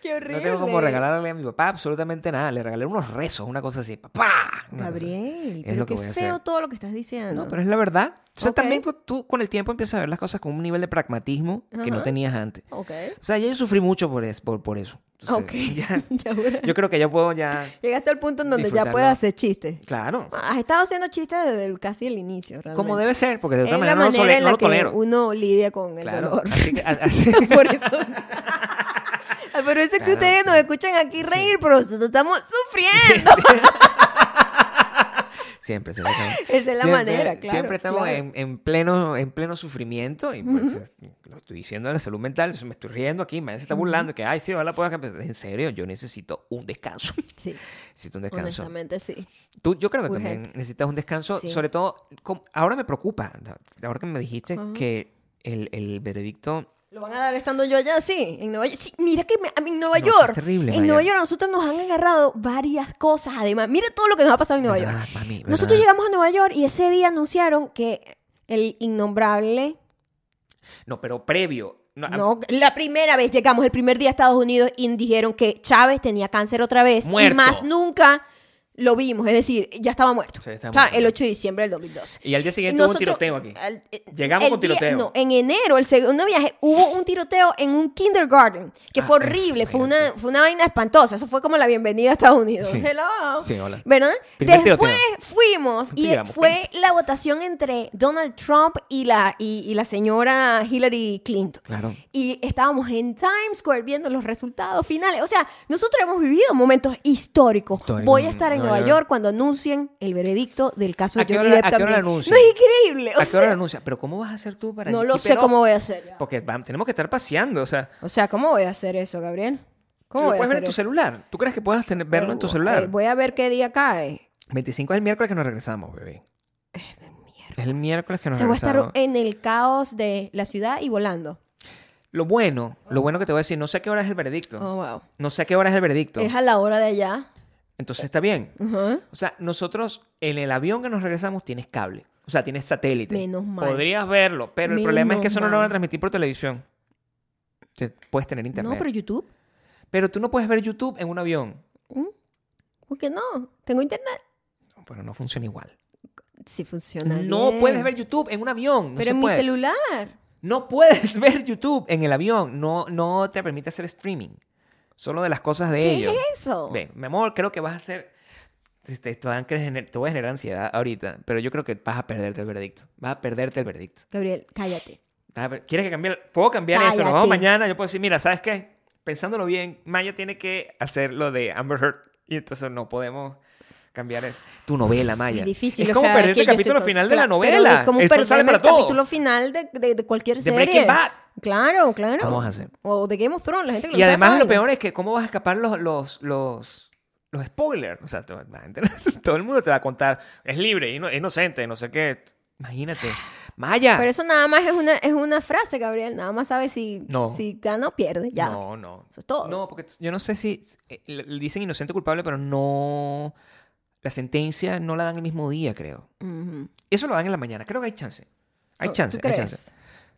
S1: Qué horrible.
S2: No tengo como regalarle a mi papá absolutamente nada. Le regalé unos rezos, una cosa así. ¡Papá! Una cosa así.
S1: Gabriel,
S2: Es
S1: pero
S2: lo que
S1: qué
S2: voy a
S1: feo
S2: hacer.
S1: todo lo que estás diciendo.
S2: No, pero es la verdad. O sea,
S1: Ok.
S2: también cu- tú con el tiempo empiezas a ver las cosas con un nivel de pragmatismo que no
S1: Ajá.
S2: tenías antes.
S1: Ok.
S2: O sea, ya yo sufrí mucho por, es- por, por eso. Entonces,
S1: Ok.
S2: ya-
S1: Y ahora
S2: yo creo que ya puedo ya...
S1: Llegaste al punto en donde ya
S2: Disfrutarlo.
S1: puedes hacer chistes.
S2: Claro.
S1: Has estado haciendo chistes desde el- casi el inicio, realmente.
S2: Como debe ser, porque de otra
S1: es
S2: manera
S1: la
S2: no lo,
S1: manera
S2: tole-
S1: en
S2: no
S1: la
S2: lo
S1: que
S2: tolero.
S1: uno lidia con el
S2: Claro.
S1: dolor.
S2: Así que, a- así-
S1: Por eso. Ay, Por eso es que
S2: Claro,
S1: ustedes
S2: sí.
S1: nos escuchan aquí reír, pero nosotros estamos sufriendo.
S2: siempre, siempre. estamos-
S1: Esa es la
S2: siempre-
S1: manera, claro.
S2: Siempre estamos
S1: claro.
S2: en, en pleno, en pleno sufrimiento. Y pues, eh, lo estoy diciendo de la salud mental. Me estoy riendo aquí. Mañana se está burlando. Que, ay, sí, la puedo cambiar. En serio, yo necesito un descanso.
S1: Sí,
S2: necesito un descanso.
S1: honestamente sí.
S2: Tú, yo creo que
S1: Urgente.
S2: también necesitas un descanso,
S1: Sí.
S2: sobre todo, com- ahora me preocupa, ahora que me dijiste que el, el veredicto...
S1: Lo van a dar estando yo allá, sí, en Nueva York. Sí, mira que me- a mí en Nueva
S2: No, eso es
S1: York.
S2: terrible,
S1: en
S2: Maya.
S1: Nueva York a nosotros nos han agarrado varias cosas. Además, mira todo lo que nos ha pasado en Nueva
S2: ¿Verdad,
S1: York.
S2: mami? ¿Verdad?
S1: Nosotros llegamos a Nueva York y ese día anunciaron que el innombrable
S2: No, pero previo. No, a-
S1: No, la primera vez llegamos, el primer día a Estados Unidos y dijeron que Chávez tenía cáncer otra vez
S2: Muerto.
S1: y más nunca lo vimos, es decir, ya estaba muerto.
S2: Sí, estaba
S1: O sea,
S2: muerto.
S1: el 8 de diciembre del 2012.
S2: Y al día siguiente
S1: Nosotros-
S2: hubo un tiroteo aquí.
S1: al- eh,
S2: Llegamos
S1: el
S2: con
S1: día-
S2: tiroteo.
S1: no, en enero, el segundo viaje, hubo un tiroteo en un kindergarten, que
S2: Ah,
S1: fue
S2: es,
S1: horrible, fue una,
S2: imagínate.
S1: fue una vaina espantosa, eso fue como la bienvenida a Estados Unidos.
S2: Sí.
S1: Hello.
S2: Sí, hola.
S1: ¿Verdad?
S2: Primer
S1: Después
S2: tiroteo.
S1: fuimos y
S2: Llegamos,
S1: fue la votación entre Donald Trump y la, y- y la señora Hillary Clinton.
S2: Claro.
S1: Y estábamos en Times Square viendo los resultados finales. O sea, nosotros hemos vivido momentos históricos.
S2: Histórico,
S1: Voy a estar en
S2: no,
S1: Nueva
S2: York.
S1: York. cuando anuncien el veredicto del caso
S2: ¿A qué
S1: Johnny
S2: hora-
S1: Depp
S2: a qué hora
S1: también.
S2: lo anuncian?
S1: No es increíble. o
S2: ¿A qué hora
S1: sea,
S2: lo anuncia? Pero ¿cómo vas a hacer tú para
S1: no lo
S2: keep
S1: sé
S2: it up?
S1: cómo voy a hacer.
S2: Porque vam- tenemos que estar paseando, o sea,
S1: O sea, ¿cómo voy a hacer eso, Gabriel? ¿Cómo
S2: lo
S1: voy a
S2: puedes ver
S1: hacer
S2: en tu
S1: eso?
S2: celular. ¿Tú crees que puedas tener, verlo en tu
S1: Eh,
S2: celular?
S1: voy a ver qué día cae.
S2: 25 es el miércoles que nos regresamos, bebé. Es el miércoles que
S1: O
S2: nos
S1: sea, voy a
S2: regresamos.
S1: estar en el caos de la ciudad y volando.
S2: Lo bueno, lo bueno que te voy a decir, no sé a qué hora es el veredicto.
S1: Oh, wow.
S2: No sé a qué hora es el veredicto.
S1: Es a la hora de allá.
S2: Entonces está bien.
S1: Ujú.
S2: O sea, nosotros en el avión que nos regresamos tienes cable. O sea, tienes satélite.
S1: Menos mal.
S2: Podrías verlo, pero el problema es que
S1: Menos
S2: eso no lo van a
S1: mal.
S2: transmitir por televisión. Te- puedes tener internet.
S1: No, pero
S2: pero...
S1: YouTube.
S2: tú no puedes ver YouTube en un avión.
S1: ¿Por qué no? Tengo internet.
S2: No, pero no funciona igual.
S1: Sí funciona.
S2: No
S1: bien.
S2: puedes ver YouTube en un avión. No
S1: Pero
S2: se
S1: en mi
S2: puede.
S1: celular.
S2: No puedes ver YouTube en el avión. No, no te permite hacer streaming. Solo de las cosas de
S1: ¿Qué
S2: ellos.
S1: es eso?
S2: Ven, mi amor, creo que vas a hacer. Te, te- te van a gener- te voy a generar ansiedad ahorita, pero yo creo que vas a perderte el veredicto. Vas a perderte el veredicto.
S1: Gabriel, cállate.
S2: Vas a per- ¿Quieres que cambie? el- ¿Puedo cambiar esto? Nos vamos
S1: Cállate.
S2: mañana. Yo puedo decir, mira, ¿sabes qué? Pensándolo bien, Maya tiene que hacer lo de Amber Heard y entonces no podemos cambiar eso. tu novela, Maya.
S1: Es difícil.
S2: Es
S1: o
S2: como
S1: sea,
S2: perder
S1: que
S2: el
S1: yo
S2: capítulo
S1: estoy con-
S2: final de la
S1: Claro, pero
S2: novela.
S1: Es como
S2: El sol sale
S1: perderme
S2: para
S1: el
S2: todo.
S1: capítulo final de, de- de cualquier
S2: De
S1: serie.
S2: Breaking Bad.
S1: Claro, claro.
S2: ¿Cómo vas a hacer?
S1: O de Game of Thrones, la gente que le
S2: Y
S1: gusta
S2: además
S1: esa
S2: lo
S1: vaina.
S2: peor es que cómo vas a escapar los, los, los, los spoilers. O sea, to- la gente- todo el mundo te va a contar, es libre, ino- inocente, no sé qué. Imagínate. Maya.
S1: Pero eso nada más es una, es una frase, Gabriel. Nada más sabes si,
S2: No.
S1: si gana o pierde. Ya.
S2: No, no.
S1: Eso es todo.
S2: No, porque t- yo no sé si eh, le- le dicen inocente o culpable, pero no... La sentencia no la dan el mismo día, creo.
S1: Ujú.
S2: Eso lo dan en la mañana. Creo que hay chance. Hay
S1: Oh, ¿Tú
S2: chance, hay
S1: crees?
S2: chance.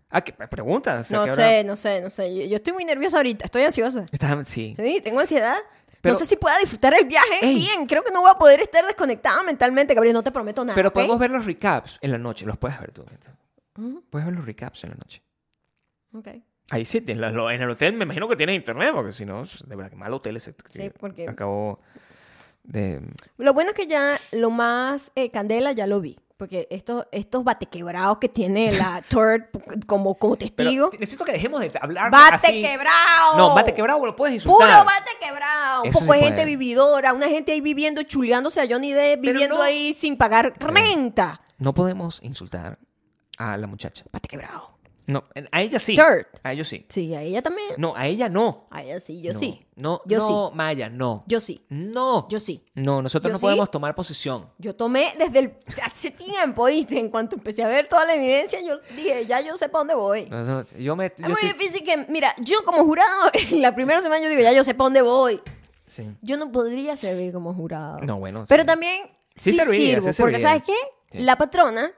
S2: Ah, que- pregunta. o sea, que
S1: No
S2: ahora-
S1: sé, no sé, no sé. Yo, yo estoy muy nerviosa ahorita. Estoy ansiosa.
S2: Estás- sí.
S1: Sí, tengo ansiedad.
S2: Pero-
S1: no sé si pueda disfrutar el viaje
S2: Ey.
S1: bien. Creo que no voy a poder estar desconectada mentalmente, Gabriel. No te prometo nada.
S2: Pero
S1: ¿ok?
S2: podemos ver los recaps en la noche. Los puedes ver tú. Puedes ver los recaps en la noche.
S1: Ok.
S2: Ahí sí, en, la- lo- en el hotel me imagino que tienes internet, porque si no, de verdad que mal hotel ese. que
S1: Sí, porque-
S2: Acabó de...
S1: Lo bueno es que ya lo más eh, candela ya lo vi. Porque estos, estos batequebrados que tiene la Third como, como
S2: Pero
S1: testigo.
S2: te- necesito que dejemos de hablar
S1: ¡Bate
S2: así.
S1: quebrado!
S2: No, bate quebrado lo puedes
S1: Puro
S2: insultar.
S1: bate quebrado. Un
S2: Eso
S1: poco
S2: sí
S1: de gente
S2: puede.
S1: vividora. Una gente ahí viviendo, chuleándose a Johnny Depp,
S2: Pero
S1: viviendo
S2: no-
S1: ahí sin pagar renta.
S2: No podemos insultar a la muchacha.
S1: Bate quebrado.
S2: No, a ella sí.
S1: Dirt.
S2: A ellos sí.
S1: Sí, a ella también.
S2: No, a ella no.
S1: A ella sí, yo
S2: No,
S1: sí.
S2: No,
S1: Yo
S2: no, Maya, no.
S1: Yo sí.
S2: No.
S1: Yo sí.
S2: No, nosotros
S1: Yo
S2: no
S1: sí.
S2: podemos tomar posición.
S1: Yo tomé desde el... Hace tiempo, ¿viste? En cuanto empecé a ver toda la evidencia, yo dije, ya yo sé para dónde voy.
S2: No, no, Yo me...
S1: Es
S2: yo
S1: muy
S2: estoy-
S1: difícil que, mira, yo como jurado, en la primera semana yo digo, ya yo sé para dónde voy.
S2: Sí.
S1: Yo no podría servir como jurado.
S2: No, bueno,
S1: Pero
S2: sí.
S1: también
S2: Sí
S1: sí,
S2: serviría,
S1: sirvo,
S2: sí
S1: porque
S2: serviría.
S1: ¿sabes qué?
S2: Sí.
S1: La patrona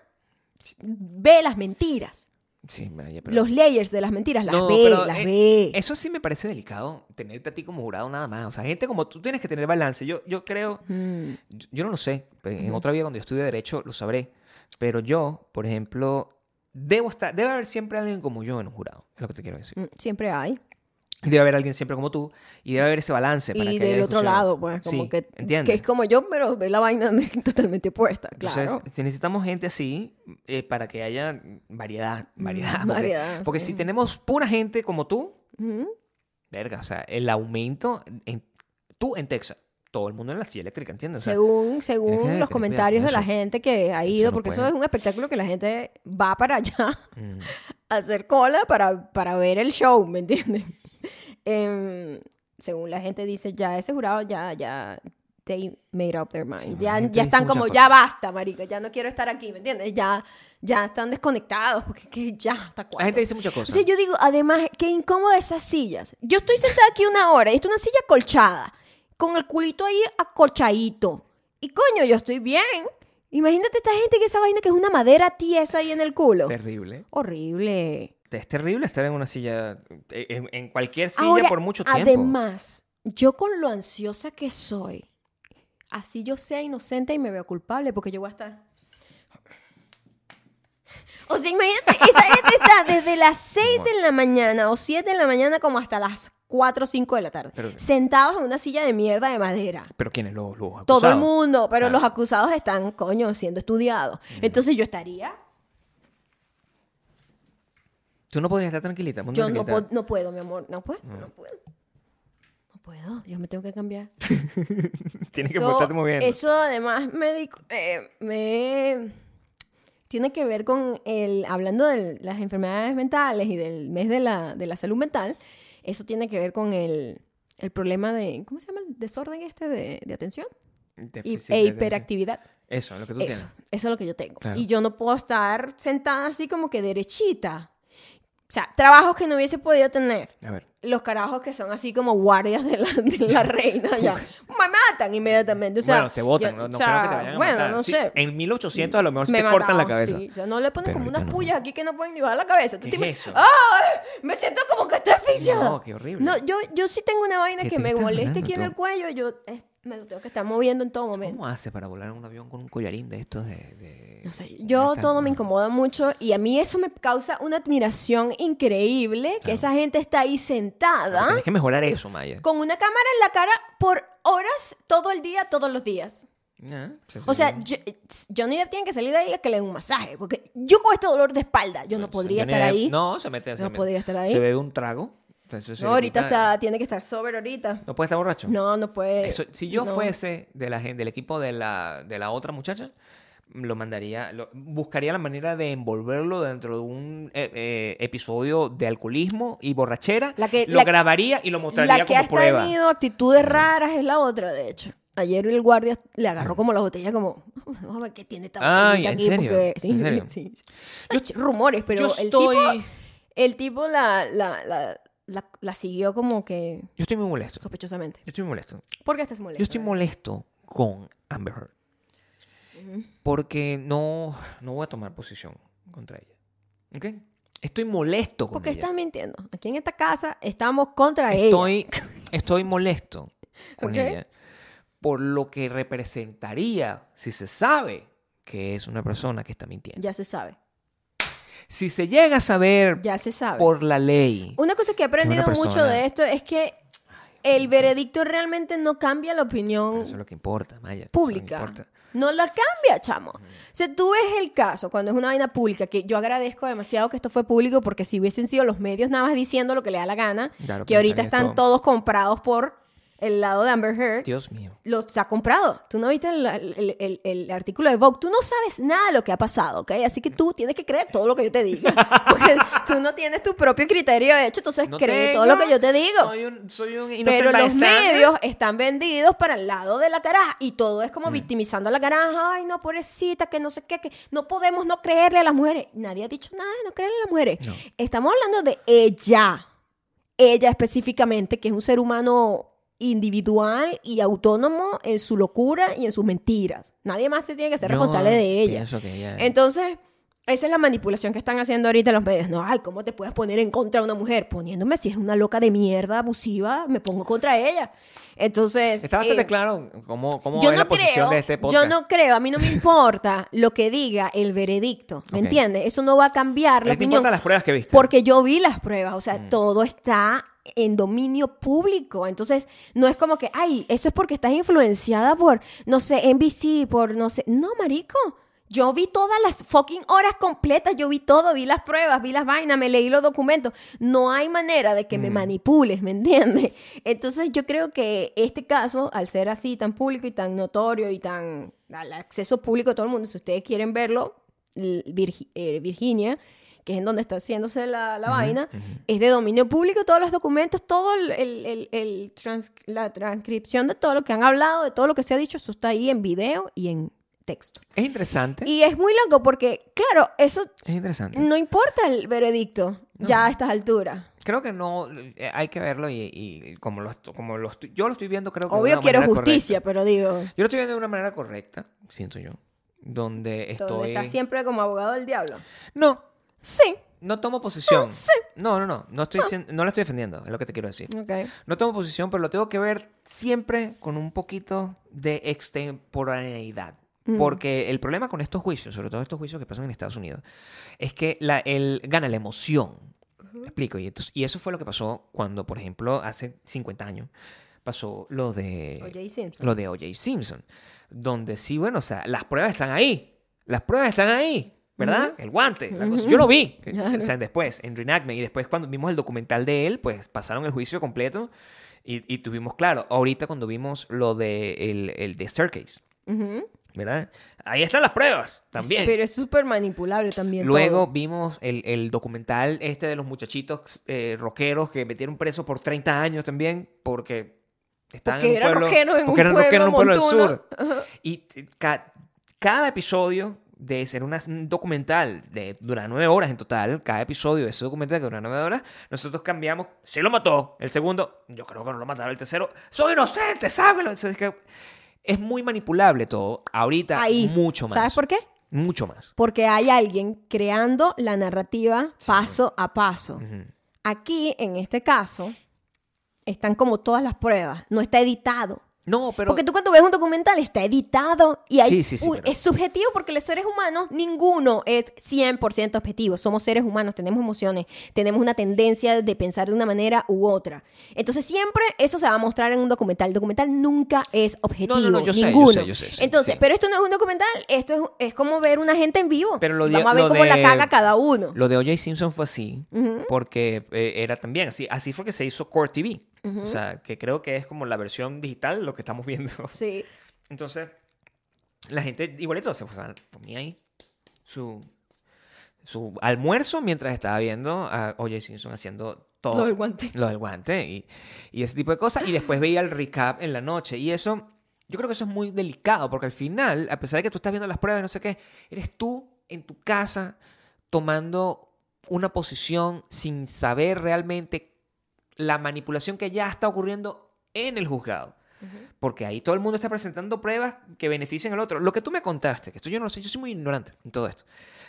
S1: ve las mentiras,
S2: Sí, Maya, pero...
S1: los layers de las mentiras, las
S2: No,
S1: ve,
S2: pero,
S1: las
S2: eh,
S1: ve.
S2: Eso sí me parece delicado, tenerte a ti como jurado nada más. O sea, gente como tú tienes que tener balance. Yo, yo creo,
S1: Mm,
S2: yo, yo no lo sé. En otra vida, cuando yo estudie Derecho, lo sabré. Pero yo, por ejemplo, debo estar, debe haber siempre alguien como yo en un jurado. Es lo que te quiero decir.
S1: Mm, Siempre hay.
S2: Y debe haber alguien siempre como tú. Y debe haber ese balance. para
S1: Y
S2: que haya
S1: del otro
S2: discusión.
S1: lado, pues, como
S2: Sí,
S1: que,
S2: ¿entiendes?
S1: que es como yo, pero ve la vaina totalmente opuesta,
S2: Entonces,
S1: claro.
S2: si necesitamos gente así eh, para que haya variedad, variedad.
S1: Mm,
S2: porque-
S1: variedad,
S2: porque
S1: sí.
S2: si tenemos pura gente como tú,
S1: Ujú.
S2: Verga, o sea, el aumento, en, tú en Texas, todo el mundo en la silla eléctrica, ¿entiendes? O sea,
S1: según
S2: tienes que
S1: según
S2: tener
S1: los
S2: cuidado
S1: comentarios
S2: con
S1: de la
S2: eso.
S1: gente que ha ido,
S2: no
S1: porque eso
S2: puede.
S1: es un espectáculo que la gente va para allá
S2: mm,
S1: a hacer cola para, para ver el show, ¿me entiendes? Em, según la gente dice, ya ese jurado ya, ya, they made up their mind.
S2: Sí, la
S1: ya
S2: gente
S1: ya
S2: dice
S1: están
S2: muchas
S1: como,
S2: cosas.
S1: ya basta, marica, ya no quiero estar aquí, ¿me entiendes? Ya, ya están desconectados, porque que ya, hasta
S2: la
S1: cuándo.
S2: gente dice muchas cosas.
S1: O sea, yo digo, además, qué incómoda esas sillas. Yo estoy sentada aquí una hora y esto es una silla colchada, con el culito ahí acolchadito. Y coño, yo estoy bien. Imagínate esta gente que esa vaina que es una madera tiesa ahí en el culo.
S2: Terrible.
S1: Horrible.
S2: Es terrible estar en una silla, eh, en, en cualquier silla
S1: Ahora,
S2: por mucho tiempo.
S1: Además, yo con lo ansiosa que soy, así yo sea inocente y me veo culpable porque yo voy a estar. O sea, imagínate, esa gente está desde las 6 de la mañana o 7 de la mañana como hasta las 4 o 5 de la tarde,
S2: Pero-
S1: sentados en una silla de mierda de madera.
S2: Pero ¿quiénes? Los, los acusados.
S1: Todo el mundo, pero
S2: Claro.
S1: los acusados están, coño, siendo estudiados. Entonces yo estaría,
S2: Tú no podrías estar tranquilita. ponte
S1: yo no,
S2: tranquilita.
S1: po- no puedo, mi amor, no puedo, no puedo. No puedo, yo me tengo que cambiar.
S2: Tienes que
S1: Eso-
S2: portarte muy bien.
S1: Eso además me, di- eh, me- tiene que ver con el, hablando de las enfermedades mentales y del mes de la, de la salud mental, eso tiene que ver con el, el problema de, ¿cómo se llama? El desorden este de, de atención y,
S2: Déficit
S1: e
S2: de-
S1: hiperactividad.
S2: Eso, lo que tú
S1: Eso,
S2: tienes.
S1: eso es lo que yo tengo.
S2: Claro.
S1: Y yo no puedo estar sentada así como que derechita. O sea, trabajos que no hubiese podido tener
S2: A ver.
S1: los carajos que son así como guardias de la, de la reina ya me matan inmediatamente o sea,
S2: bueno, te votan.
S1: yo-
S2: no no
S1: o sea,
S2: creo que te vayan a
S1: bueno
S2: matar.
S1: no
S2: Sí,
S1: sé
S2: En 1800 a lo mejor sí
S1: me
S2: te cortan la
S1: mataron,
S2: cabeza.
S1: sí. O sea, no le ponen
S2: Pero
S1: como
S2: ahorita
S1: unas
S2: no.
S1: pullas aquí que no pueden ni bajar la cabeza Tú
S2: ¿Qué
S1: te
S2: es
S1: ima-
S2: eso?
S1: ¡Ay! me siento como que estoy asfixiada
S2: No, qué horrible.
S1: no yo yo sí tengo una vaina
S2: ¿Qué
S1: que
S2: te
S1: me
S2: estás
S1: molesta
S2: hablando
S1: aquí en
S2: tú?
S1: el cuello yo eh, me lo tengo que estar moviendo en todo momento
S2: ¿Cómo hace para volar en un avión con un collarín de estos de... de-
S1: no sé, yo
S2: Nata,
S1: todo me
S2: no.
S1: incomoda mucho y a mí eso me causa una admiración increíble que esa gente está ahí sentada.
S2: Tienes que mejorar eso, Maya.
S1: con una cámara en la cara por horas, todo el día, todos los días.
S2: Ah, sí,
S1: O
S2: sí,
S1: sea,
S2: sí.
S1: yo- Johnny Depp tiene que salir de ahí a que le den un masaje, porque yo con este dolor de espalda, yo no
S2: Bueno,
S1: podría
S2: Johnny
S1: estar
S2: Depp-
S1: ahí.
S2: No, se mete se
S1: No
S2: mete.
S1: podría estar ahí.
S2: Se bebe un trago. Entonces, se
S1: No,
S2: le
S1: ahorita
S2: quita-
S1: está, tiene que estar sober ahorita.
S2: ¿No puede estar borracho?
S1: No, no puede.
S2: Eso- si yo
S1: no.
S2: fuese de la gente, del equipo de la, de la otra muchacha, lo mandaría, lo- buscaría la manera de envolverlo dentro de un eh, eh, episodio de alcoholismo y borrachera.
S1: La que-
S2: lo
S1: la-
S2: grabaría y lo mostraría
S1: La que
S2: como
S1: ha
S2: prueba.
S1: tenido actitudes raras es la otra, de hecho. Ayer el guardia le agarró como la botella, como, vamos a ver qué tiene esta botellita
S2: Ay, Ah, ¿en
S1: aquí.
S2: serio?
S1: Porque... Sí,
S2: ¿En serio?
S1: sí, sí. Ch- rumores, pero
S2: yo
S1: el
S2: estoy,
S1: tipo, el tipo la, la, la, la, la siguió como que
S2: yo estoy muy molesto. Yo
S1: sospechosamente.
S2: estoy molesto.
S1: ¿Por qué estás molesto?
S2: Yo estoy molesto con Amber Heard. Porque no, no voy a tomar posición contra ella. ¿Ok? Estoy molesto con
S1: Porque
S2: ella.
S1: estás mintiendo. Aquí en esta casa estamos contra ella.
S2: estoy, estoy molesto con
S1: Ok.
S2: ella por lo que representaría si se sabe que es una persona que está mintiendo.
S1: Ya se sabe.
S2: Si se llega a saber
S1: Ya se sabe.
S2: por la ley.
S1: Una cosa que he aprendido
S2: persona-
S1: mucho de esto es que el veredicto realmente no cambia la opinión
S2: Pero eso es lo que importa, Maya. eso es lo que
S1: pública.
S2: importa.
S1: No la cambia, chamo. O sea, tú ves el caso cuando es una vaina pública, que yo agradezco demasiado que esto fue público, porque si hubiesen sido los medios nada más diciendo lo que le da la gana,
S2: Claro,
S1: que
S2: pensaría
S1: ahorita están
S2: esto.
S1: todos comprados por el lado de Amber Heard,
S2: Dios mío.
S1: lo ha comprado. Tú no viste el, el- el- el artículo de Vogue. Tú no sabes nada de lo que ha pasado, ¿ok? Así que tú tienes que creer todo lo que yo te diga. Porque tú no tienes tu propio criterio hecho, entonces
S2: No
S1: cree
S2: tengo-
S1: todo lo que yo te digo.
S2: Soy un, soy un innocent
S1: Pero los
S2: bystander.
S1: medios están vendidos para el lado de la caraja y todo es como
S2: Mm.
S1: victimizando a la caraja. Ay, no, pobrecita, que no sé qué, que no podemos no creerle a las mujeres. Nadie ha dicho nada de no creerle a las mujeres.
S2: No.
S1: Estamos hablando de ella, ella específicamente, que es un ser humano individual y autónomo en su locura y en sus mentiras. Nadie más se tiene que ser
S2: Yo
S1: responsable de ella.
S2: pienso que ella-
S1: Entonces, esa es la manipulación que están haciendo ahorita los medios. No, ay, ¿cómo te puedes poner en contra de una mujer? Poniéndome, si es una loca de mierda, abusiva, me pongo contra ella. Entonces...
S2: Está bastante
S1: eh,
S2: claro cómo, cómo
S1: Yo
S2: es
S1: no,
S2: la posición
S1: creo,
S2: de este podcast.
S1: yo no creo, a mí no me importa lo que diga el veredicto, ¿me
S2: Ok.
S1: entiendes? Eso no va a cambiar la
S2: A ti te
S1: opinión.
S2: importan las pruebas que viste. Mm.
S1: Porque yo vi las pruebas, o sea, todo está en dominio público. Entonces, no es como que, ay, eso es porque estás influenciada por, no sé, NBC, por, no sé, no, marico. Yo vi todas las fucking horas completas, yo vi todo, vi las pruebas, vi las vainas, me leí los documentos. No hay manera de que
S2: Mm.
S1: me manipules, ¿me entiendes? Entonces yo creo que este caso, al ser así tan público y tan notorio y tan al acceso público de todo el mundo, si ustedes quieren verlo, l- Virgi- eh, Virginia, que es en donde está haciéndose la, la vaina, es de dominio público, todos los documentos, todo el, el- el- el trans- la transcripción de todo lo que han hablado, de todo lo que se ha dicho, eso está ahí en video y en texto.
S2: Es interesante.
S1: Y es muy loco porque, claro, eso
S2: Es interesante.
S1: no importa el veredicto ya a estas alturas.
S2: Creo que no, eh, hay que verlo y, y como, lo, est- como lo estu- yo lo estoy viendo, creo que... de
S1: Obvio
S2: una
S1: quiero
S2: manera
S1: justicia,
S2: correcta.
S1: pero digo,
S2: Yo lo estoy viendo de una manera correcta, siento yo. Donde estoy...
S1: donde está siempre como abogado del diablo.
S2: No,
S1: Sí,
S2: no tomo posición.
S1: sí.
S2: No, no, no, no, estoy, dicien- no la estoy defendiendo, es lo que te quiero decir.
S1: ok.
S2: No tomo posición, pero lo tengo que ver siempre con un poquito de extemporaneidad. Porque el problema con estos juicios, sobre todo estos juicios que pasan en Estados Unidos, es que la, el, gana la emoción. ¿Me explico? Y, entonces- y eso fue lo que pasó cuando, por ejemplo, hace 50 años, pasó lo de...
S1: O.J. Simpson.
S2: Lo de O.J. Simpson. Donde sí, bueno, o sea, las pruebas están ahí. Las pruebas están ahí. ¿Verdad? El guante. la cosa. Yo lo vi. O sea, después, en Reenactment. Y después, cuando vimos el documental de él, pues pasaron el juicio completo. Y, y tuvimos claro, ahorita cuando vimos lo de el, el de Staircase,
S1: Ujú.
S2: ¿verdad? Ahí están las pruebas también.
S1: Pero es súper manipulable también.
S2: Luego
S1: todo.
S2: vimos el, el documental este de los muchachitos eh, rockeros que metieron preso por 30 años también porque estaban
S1: Porque
S2: en un
S1: eran
S2: pueblo,
S1: rockeros en
S2: porque
S1: un
S2: eran rockeros en un
S1: pueblo
S2: pueblo del sur.
S1: montuno.
S2: Y t- ca- cada episodio de ser una- un documental de dura nueve horas en total, cada episodio de ese documental que dura nueve horas, nosotros cambiamos, si lo mató, el segundo, yo creo que no lo mataron, el tercero, soy inocente, sábelo. Entonces, es, que es muy manipulable todo, ahorita
S1: Ahí.
S2: mucho más.
S1: ¿Sabes por qué?
S2: Mucho más.
S1: Porque hay alguien creando la narrativa paso a paso. Aquí, en este caso, están como todas las pruebas. No está editado.
S2: No, pero...
S1: Porque tú cuando ves un documental está editado y hay,
S2: Sí, sí, sí,
S1: uy,
S2: pero-
S1: es subjetivo porque los seres humanos ninguno es 100% objetivo. Somos seres humanos, tenemos emociones, tenemos una tendencia de pensar de una manera u otra. Entonces siempre eso se va a mostrar en un documental. El documental nunca es objetivo.
S2: no, yo sé, yo
S1: ninguno.
S2: sé, yo sé, sí,
S1: Entonces,
S2: sí.
S1: pero esto no es un documental, esto es, es como ver una gente en vivo.
S2: Pero lo de-
S1: Vamos a ver
S2: lo
S1: cómo la
S2: de-
S1: caga cada uno.
S2: Lo de O.J. Simpson fue así, porque eh, era también así. Así fue que se hizo Core TV. O sea, que creo que es como la versión digital de lo que estamos viendo.
S1: Sí.
S2: Entonces, la gente igualito se o sea, ponía ahí su, su almuerzo mientras estaba viendo a O.J. Simpson haciendo todo.
S1: Lo del guante.
S2: Lo del guante y, y ese tipo de cosas. Y después veía el recap en la noche. Y eso, yo creo que eso es muy delicado, porque al final, a pesar de que tú estás viendo las pruebas y no sé qué, eres tú en tu casa tomando una posición sin saber realmente la manipulación que ya está ocurriendo en el juzgado. Porque ahí todo el mundo está presentando pruebas que benefician al otro. Lo que tú me contaste, que esto yo no lo sé, yo soy muy ignorante en todo esto.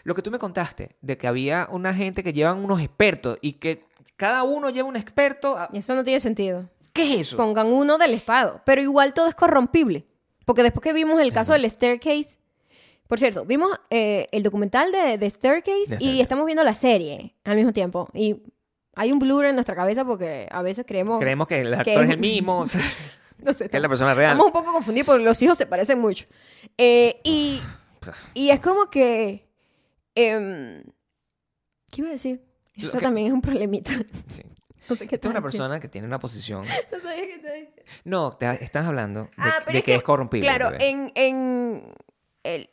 S2: Lo que tú me contaste de que había una gente que llevan unos expertos y que cada uno lleva un experto. a-
S1: Y Eso no tiene sentido.
S2: ¿Qué es eso?
S1: pongan uno del Estado. Pero igual todo es corrompible. Porque después que vimos el caso del Staircase, por cierto, vimos eh, el documental de, de Staircase
S2: De
S1: y
S2: Staircase.
S1: estamos viendo la serie al mismo tiempo. Y hay un blur en nuestra cabeza porque a veces creemos,
S2: Creemos que el
S1: que
S2: actor
S1: es-
S2: es el mismo, o sea,
S1: no sé,
S2: que es la persona real.
S1: estamos un poco confundidos porque los hijos se parecen mucho. Eh, y, y es como que... em, ¿Qué iba a decir?
S2: Lo
S1: Eso
S2: que-
S1: también es un problemita.
S2: Sí.
S1: No sé qué
S2: Esta es
S1: estaba
S2: una
S1: diciendo.
S2: persona que tiene una posición.
S1: No sabía qué estaba diciendo.
S2: No, te- estás hablando de,
S1: Ah, pero
S2: de que es corrompible.
S1: Claro,
S2: bebé.
S1: en, en el,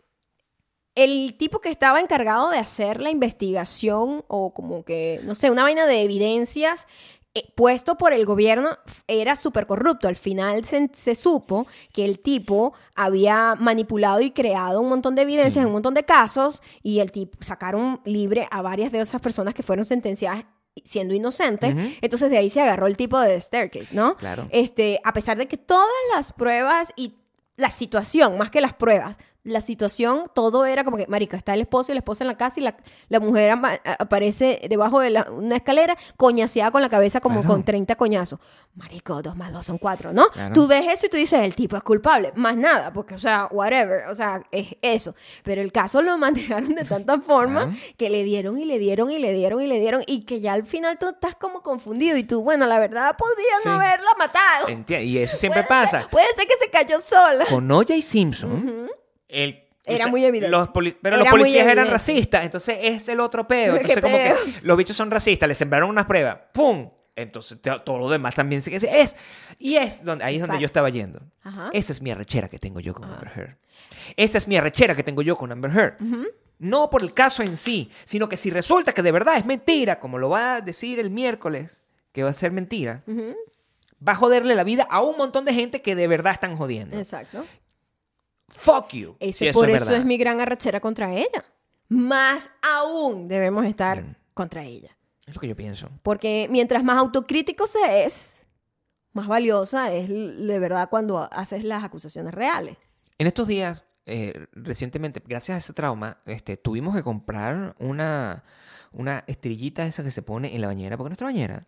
S1: el tipo que estaba encargado de hacer la investigación o como que, no sé, una vaina de evidencias eh, puesto por el gobierno f- era súper corrupto. Al final se, se supo que el tipo había manipulado y creado un montón de evidencias en un montón de casos y el tipo sacaron libre a varias de esas personas que fueron sentenciadas siendo inocentes.
S2: Ujú.
S1: Entonces de ahí se agarró el tipo de Staircase, ¿no?
S2: Claro.
S1: Este, a pesar de que todas las pruebas y la situación, más que las pruebas, la situación, todo era como que, marica, está el esposo y la esposa en la casa y la, la mujer ama- a- aparece debajo de la- una escalera coñaseada con la cabeza como
S2: Claro.
S1: con 30 coñazos. Marico, dos más dos son cuatro, ¿no?
S2: Claro.
S1: Tú ves eso y tú dices, el tipo es culpable. Más nada, porque, o sea, whatever, o sea, es eso. Pero el caso lo manejaron de tanta forma que le dieron y le dieron y le dieron y le dieron y que ya al final tú estás como confundido y tú, bueno, la verdad podrían
S2: Sí.
S1: haberla matado.
S2: Enti- y eso siempre
S1: Puede ser-
S2: pasa.
S1: puede ser que se cayó sola.
S2: con O.J. Simpson, el-
S1: Era
S2: o sea,
S1: muy evidente.
S2: los poli- pero
S1: Era
S2: los
S1: muy
S2: policías eran
S1: evidente.
S2: racistas, entonces es el otro peo.
S1: Qué
S2: Entonces, como
S1: peo.
S2: que los bichos son racistas, les sembraron unas pruebas, ¡pum! Entonces te- todo lo demás también se es. Y es donde, ahí es donde
S1: Exacto.
S2: yo estaba yendo.
S1: Ajá. Ah.
S2: Esa es mi arrechera que tengo yo con Amber Heard. Esa es mi arrechera que tengo yo con Amber Heard. No por el caso en sí, sino que si resulta que de verdad es mentira, como lo va a decir el miércoles, que va a ser mentira, va a joderle la vida a un montón de gente que de verdad están jodiendo.
S1: Exacto.
S2: Fuck you.
S1: Ese-
S2: si eso
S1: por
S2: es
S1: eso
S2: verdad.
S1: es mi gran arrachera contra ella. Más aún debemos estar contra ella.
S2: Es lo que yo pienso.
S1: Porque mientras más autocrítico se es, más valiosa es l- de verdad cuando haces las acusaciones reales.
S2: En estos días, eh, recientemente, gracias a ese trauma, este, tuvimos que comprar una, una estrellita esa que se pone en la bañera, porque nuestra bañera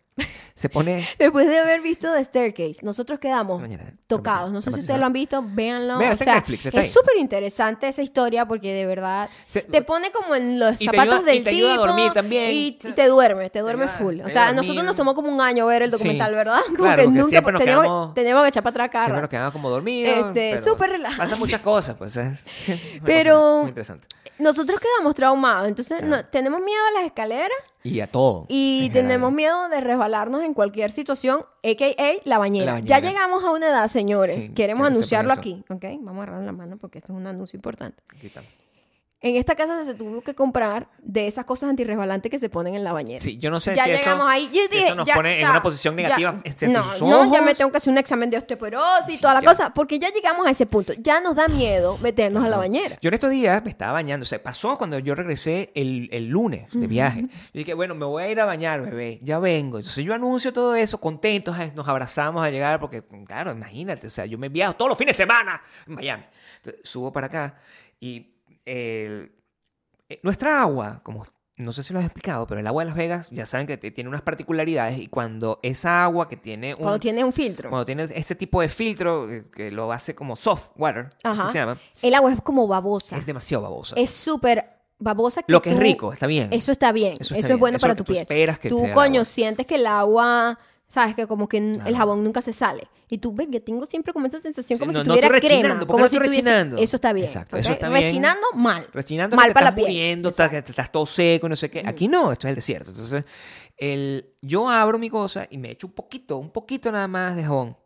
S2: se pone...
S1: Después de haber visto The Staircase, nosotros quedamos
S2: Mañana,
S1: tocados. No sé si ustedes lo han visto, véanlo.
S2: Vean,
S1: O
S2: está en
S1: sea,
S2: Netflix, está ahí.
S1: es súper interesante esa historia porque de verdad
S2: Se-
S1: te pone como en los
S2: Y te
S1: zapatos
S2: ayuda- y
S1: del
S2: te ayuda a
S1: tipo
S2: dormir también.
S1: Y, y te duerme, te duerme
S2: ayuda-
S1: full.
S2: te
S1: O
S2: ayuda
S1: sea,
S2: a
S1: a nosotros
S2: dormir.
S1: nos tomó como un año ver el documental,
S2: Sí,
S1: ¿verdad? Como
S2: claro,
S1: que
S2: porque
S1: nunca
S2: siempre nos
S1: teníamos,
S2: quedamos-
S1: teníamos que echar para atrás.
S2: Siempre nos quedaba como dormidos.
S1: Este,
S2: pero
S1: súper relajante.
S2: Pasan muchas cosas, pues. eh. es- una
S1: Pero-
S2: cosa Muy interesante.
S1: Nosotros quedamos traumados, entonces no- tenemos miedo a las escaleras
S2: Y a todo.
S1: y
S2: en general.
S1: tenemos miedo de resbalarnos en cualquier situación, a.k.a. la bañera.
S2: La bañera.
S1: Ya llegamos a una edad, señores.
S2: Sí,
S1: Queremos
S2: tiene que ser por
S1: anunciarlo
S2: eso.
S1: aquí, ¿ok? Vamos a agarrar la mano porque esto es un anuncio importante.
S2: Quitamos.
S1: En esta casa se tuvo que comprar de esas cosas antirresbalantes que se ponen en la bañera.
S2: Sí, yo no sé
S1: ya
S2: si eso-
S1: llegamos ahí. Yo
S2: si
S1: dije,
S2: eso nos
S1: ya,
S2: pone en
S1: ya,
S2: una posición
S1: ya.
S2: negativa entre
S1: no,
S2: tus
S1: no, ya me
S2: ojos.
S1: tengo que hacer un examen de osteoporosis y
S2: Sí,
S1: toda la
S2: ya.
S1: cosa, porque ya llegamos a ese punto. Ya nos da miedo meternos a la bañera.
S2: Yo en estos días me estaba bañando. O sea, pasó cuando yo regresé el, el lunes de viaje. Yo dije, bueno, me voy a ir a bañar, bebé. Ya vengo. Entonces yo anuncio todo eso, contentos. ay, Nos abrazamos al llegar porque, claro, imagínate. O sea, yo me viajo todos los fines de semana en Miami. Entonces, subo para acá y el- eh, nuestra agua, como... No sé si lo has explicado, pero el agua de Las Vegas, ya saben que te- tiene unas particularidades y cuando esa agua que tiene un,
S1: Cuando tiene un filtro.
S2: cuando tiene ese tipo de filtro eh, que lo hace como soft water, ¿qué
S1: Ajá.
S2: se llama,
S1: El agua es como babosa.
S2: es demasiado babosa.
S1: Es súper babosa.
S2: lo que es
S1: tú-
S2: rico, está bien.
S1: Eso está bien.
S2: Eso
S1: Eso, es
S2: está bien.
S1: bueno
S2: Eso
S1: para
S2: que
S1: tu
S2: tú
S1: piel.
S2: esperas que
S1: tú,
S2: sea
S1: coño,
S2: agua.
S1: sientes que el agua, sabes que como que n- el
S2: Claro.
S1: jabón nunca se sale. Y tú ves que tengo siempre como esa sensación
S2: Sí,
S1: como
S2: no-
S1: si
S2: no
S1: tuviera
S2: estoy
S1: crema.
S2: rechinando, ¿por qué
S1: Como
S2: no
S1: si
S2: estoy
S1: tuviese-
S2: rechinando?
S1: Eso está bien.
S2: Exacto,
S1: ¿ok?
S2: eso está bien.
S1: Rechinando mal.
S2: Rechinando
S1: mal
S2: que te
S1: para la
S2: estás
S1: piel.
S2: muriendo, estás, que estás todo seco y no sé qué. Aquí no, esto es el desierto. Entonces, el, yo abro mi cosa y me echo un poquito, un poquito nada más de jabón.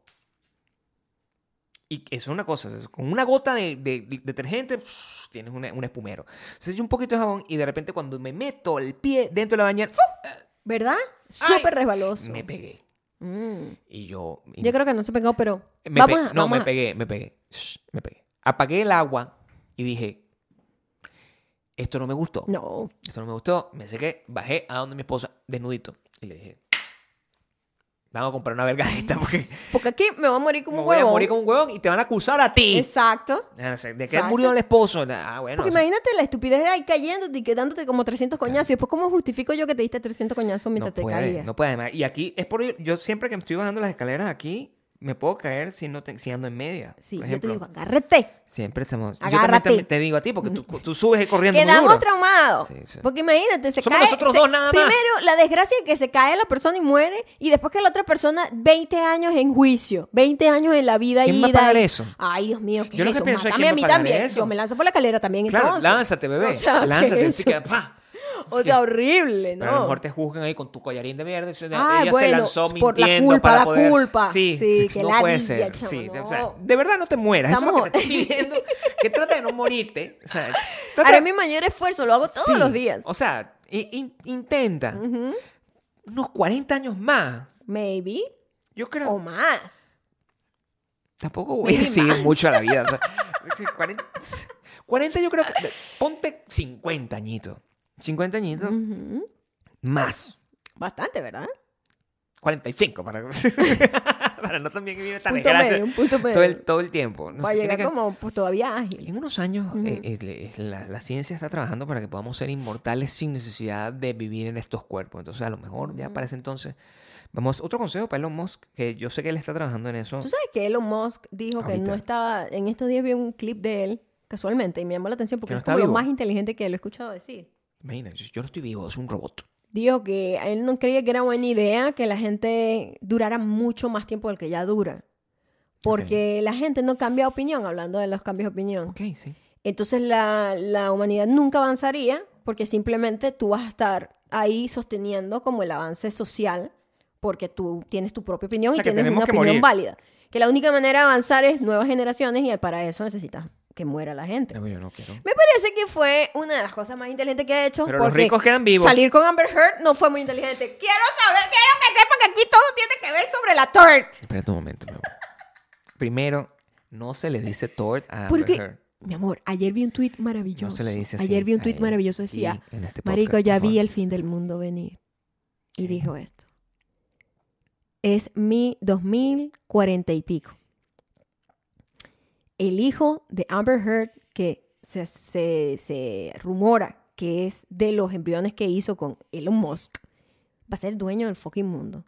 S2: Y eso es una cosa, es con una gota de, de- de detergente pff, tienes una- un espumero. Entonces echo un poquito de jabón y de repente cuando me meto el pie dentro de la bañera, ¡fu!
S1: ¿Verdad? Súper resbaloso.
S2: me pegué.
S1: Mm.
S2: Y yo...
S1: Yo creo que no se pegó, pero
S2: Me
S1: vamos
S2: pe-
S1: a-
S2: no,
S1: vamos
S2: me
S1: a-
S2: pegué, me pegué. Shh, me pegué. Apagué el agua y dije, esto no me gustó.
S1: No.
S2: Esto no me gustó. Me sequé, bajé a donde mi esposa, desnudito. Y le dije, vamos a comprar una verga de esta porque
S1: Porque aquí me voy a morir como
S2: me
S1: un
S2: voy a
S1: huevo.
S2: morir como un huevón y te van a acusar a ti.
S1: Exacto.
S2: Ah, no sé, ¿De qué
S1: Exacto.
S2: murió el esposo? Ah, bueno.
S1: Porque
S2: o sea,
S1: imagínate la estupidez de ahí cayéndote y quedándote como 300 coñazos. Y después, ¿cómo justifico yo que te diste 300 coñazos mientras te
S2: no puede,
S1: caías?
S2: No puede, además. Y aquí, es por yo siempre que me estoy bajando las escaleras aquí, me puedo caer si, no te- si ando en media.
S1: sí,
S2: por
S1: yo te
S2: ejemplo.
S1: digo, agárrate.
S2: Siempre estamos. Yo
S1: Agárrate.
S2: también te, te digo a ti, porque tú, tú subes corriendo muy
S1: Quedamos
S2: duro.
S1: traumados.
S2: Sí, sí.
S1: Porque imagínate, se
S2: Somos
S1: cae.
S2: nosotros
S1: se-
S2: dos nada más.
S1: Primero, la desgracia de que se cae la persona y muere. Y después que la otra persona, 20 años en juicio. 20 años en la vida
S2: ¿Quién
S1: y
S2: va a
S1: ida.
S2: pagar
S1: y-
S2: eso?
S1: Ay, Dios mío, ¿qué
S2: Yo
S1: es
S2: lo que
S1: eso?
S2: pienso es,
S1: Mátame
S2: ¿quién
S1: a mí
S2: va a pagar
S1: también.
S2: eso?
S1: Yo me lanzo por la calera también.
S2: Claro,
S1: entonces.
S2: lánzate, bebé.
S1: O sea, ¿qué
S2: lánzate.
S1: es
S2: Así que,
S1: eso?
S2: ¡pa!
S1: O sea, horrible, ¿no?
S2: Pero a lo mejor te juzgan ahí con tu collarín de mierda. eso de-
S1: Ah,
S2: ella se
S1: bueno,
S2: lanzó mintiendo
S1: por la culpa,
S2: para
S1: la
S2: poder-
S1: culpa.
S2: Sí,
S1: Sí, que
S2: no
S1: la
S2: puede
S1: diga,
S2: ser.
S1: chamo,
S2: sí,
S1: no.
S2: o sea, de verdad no te mueras. Eso
S1: Estamos-
S2: es lo que te estoy pidiendo. que trata de no morirte. O sea, trata
S1: Haré mi mayor esfuerzo, lo hago todos
S2: sí,
S1: los días.
S2: O sea, i- in- intenta. Unos 40 años más.
S1: Maybe.
S2: Yo creo.
S1: O más.
S2: Tampoco voy a decir mucho a la vida. o sea, 40, 40 yo creo que... Ponte 50 añitos. 50 añitos
S1: Ujú.
S2: más.
S1: Bastante, ¿verdad?
S2: 45 para, para no también vivir esta
S1: Punto
S2: desgracia
S1: medio, pues. un punto medio.
S2: todo el, todo el tiempo. No
S1: Para
S2: sé, tiene
S1: llegar
S2: que-
S1: como pues, todavía ágil.
S2: En unos años eh, eh, le- es la, la ciencia está trabajando para que podamos ser inmortales sin necesidad de vivir en estos cuerpos. Entonces a lo mejor ya para ese entonces... Vamos, otro consejo para Elon Musk, que yo sé que él está trabajando en eso.
S1: ¿Tú sabes que Elon Musk dijo que
S2: Ahorita.
S1: no estaba... En estos días vi un clip de él, casualmente, y me llamó la atención porque
S2: no
S1: es
S2: está
S1: como lo
S2: vivo.
S1: más inteligente que lo he escuchado decir.
S2: Imagina, yo yo no estoy vivo, es un robot.
S1: Dijo que él no creía que era buena idea que la gente durara mucho más tiempo del que ya dura. Porque la gente no cambia de opinión, hablando de los cambios de opinión.
S2: Ok, sí.
S1: Entonces la, la humanidad nunca avanzaría porque simplemente tú vas a estar ahí sosteniendo como el avance social porque tú tienes tu propia opinión
S2: O sea,
S1: y
S2: que
S1: tienes
S2: tenemos
S1: una
S2: que
S1: opinión
S2: morir.
S1: válida. Que la única manera de avanzar es nuevas generaciones y para eso necesitas que muera la gente.
S2: No, yo no quiero.
S1: Me parece que fue una de las cosas más inteligentes que ha hecho.
S2: Pero los
S1: porque
S2: ricos quedan vivos.
S1: Salir con Amber Heard no fue muy inteligente. Quiero saber, quiero que sepan que aquí todo tiene que ver sobre la E tort.
S2: Espérate un momento, mi amor. Primero, no se le dice tort a Amber
S1: Porque,
S2: Heard.
S1: mi amor, ayer vi un tuit maravilloso.
S2: No se le dice así
S1: Ayer vi un
S2: a
S1: tuit
S2: él.
S1: maravilloso. Decía,
S2: Y en este
S1: Marico,
S2: podcast,
S1: ya
S2: por
S1: vi
S2: favor.
S1: el fin del mundo venir. Y dijo esto. Es mi 2040 y pico. El hijo de Amber Heard, que se, se- se rumora que es de los embriones que hizo con Elon Musk, va a ser dueño del fucking mundo.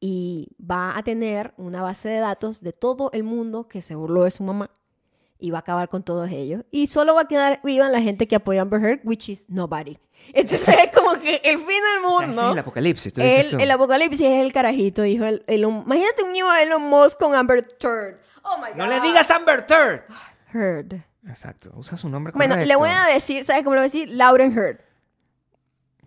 S1: Y va a tener una base de datos de todo el mundo que se burló de su mamá y va a acabar con todos ellos. Y solo va a quedar viva la gente que apoya a Amber Heard, which is nobody. Entonces es como que el fin del
S2: O sea, ese es
S1: mundo.
S2: el apocalipsis, tú dices
S1: el,
S2: tú.
S1: el apocalipsis es el carajito, hijo. El, el- imagínate un hijo de Elon Musk con Amber Heard. Oh my God.
S2: ¡No le digas Amber Heard!
S1: Heard.
S2: Exacto, usa su nombre
S1: Bueno, le
S2: correcto.
S1: voy a decir, ¿sabes cómo le voy a decir? Lauren Heard.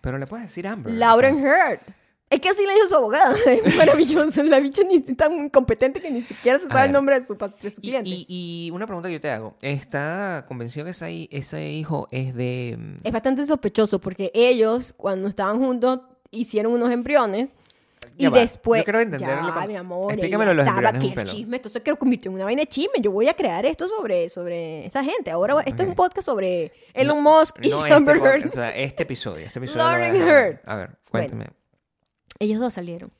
S2: Pero le puedes decir Amber.
S1: Lauren Heard. Es que así le dijo su abogada. Es maravilloso. La bicha ni tan competente que ni siquiera se
S2: A
S1: sabe el
S2: ver.
S1: nombre de su, pa- de su
S2: Y,
S1: cliente.
S2: y- y una pregunta que yo te hago. ¿Está convencido que ese, hi- ese hijo es de... mm,
S1: Es bastante sospechoso porque ellos, cuando estaban juntos, hicieron unos embriones. Y
S2: Ya va,
S1: después.
S2: yo quiero entenderlo
S1: Ya,
S2: con-
S1: mi amor.
S2: Explícamelo
S1: ella
S2: los
S1: estaba
S2: embriones un
S1: que el
S2: pelo.
S1: chisme. Entonces que lo convirtió en una vaina de chisme. Yo voy a crear esto sobre, sobre esa gente. Ahora, esto es un
S2: Ok.
S1: podcast sobre Elon Musk y
S2: No,
S1: Amber
S2: este,
S1: Heard.
S2: podcast, o sea, este episodio. Este episodio lo voy a
S1: Lauren
S2: dejar.
S1: Heard.
S2: A ver, cuéntame.
S1: Ellos dos salieron.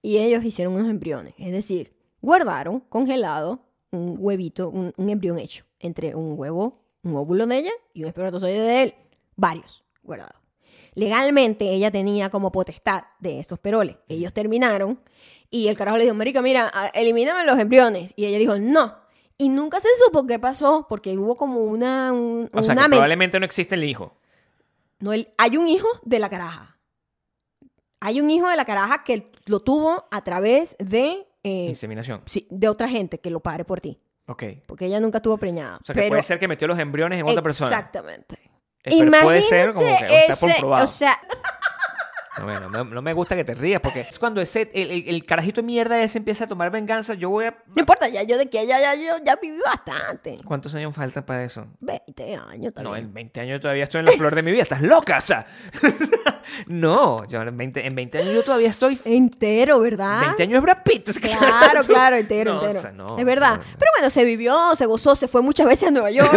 S1: Y ellos hicieron unos embriones. Es decir, guardaron congelado un huevito, un, un embrión hecho. Entre un huevo, un óvulo de ella y un espermatozoide de él. Varios guardados. Legalmente ella tenía como potestad de esos peroles. Ellos terminaron y el carajo le dijo, marica, mira, a- elimíname los embriones. Y ella dijo, no. Y nunca se supo qué pasó porque hubo como una... un-
S2: O sea,
S1: una
S2: que
S1: men-
S2: probablemente no existe el hijo.
S1: no, el- hay un hijo de la caraja. Hay un hijo de la caraja que lo tuvo a través de, eh,
S2: Inseminación.
S1: sí, de otra gente que lo pare por ti.
S2: Ok.
S1: Porque ella nunca estuvo preñada.
S2: O sea, que puede ser que metió los embriones en otra persona.
S1: Exactamente.
S2: Eh, pero puede ser como que está
S1: ese-
S2: comprobado.
S1: o sea,
S2: No, bueno, no, no me gusta que te rías porque es cuando ese, el, el- el carajito de mierda ese empieza a tomar venganza, yo voy a...
S1: no importa, ya yo de que ya, ya, yo ya viví bastante.
S2: ¿Cuántos años faltan para eso?
S1: 20 años
S2: No,
S1: también.
S2: en 20 años yo todavía estoy en la flor de mi vida. ¡Estás loca, o sea! no, yo en 20, en 20 años yo todavía estoy...
S1: Entero, ¿verdad?
S2: 20 años es Brad Pitt. o sea,
S1: Ah. Claro,
S2: tú-
S1: claro, entero,
S2: No, o
S1: entero.
S2: sea, no,
S1: es verdad.
S2: no, no.
S1: Pero bueno, se vivió, se gozó, se fue muchas veces a Nueva York.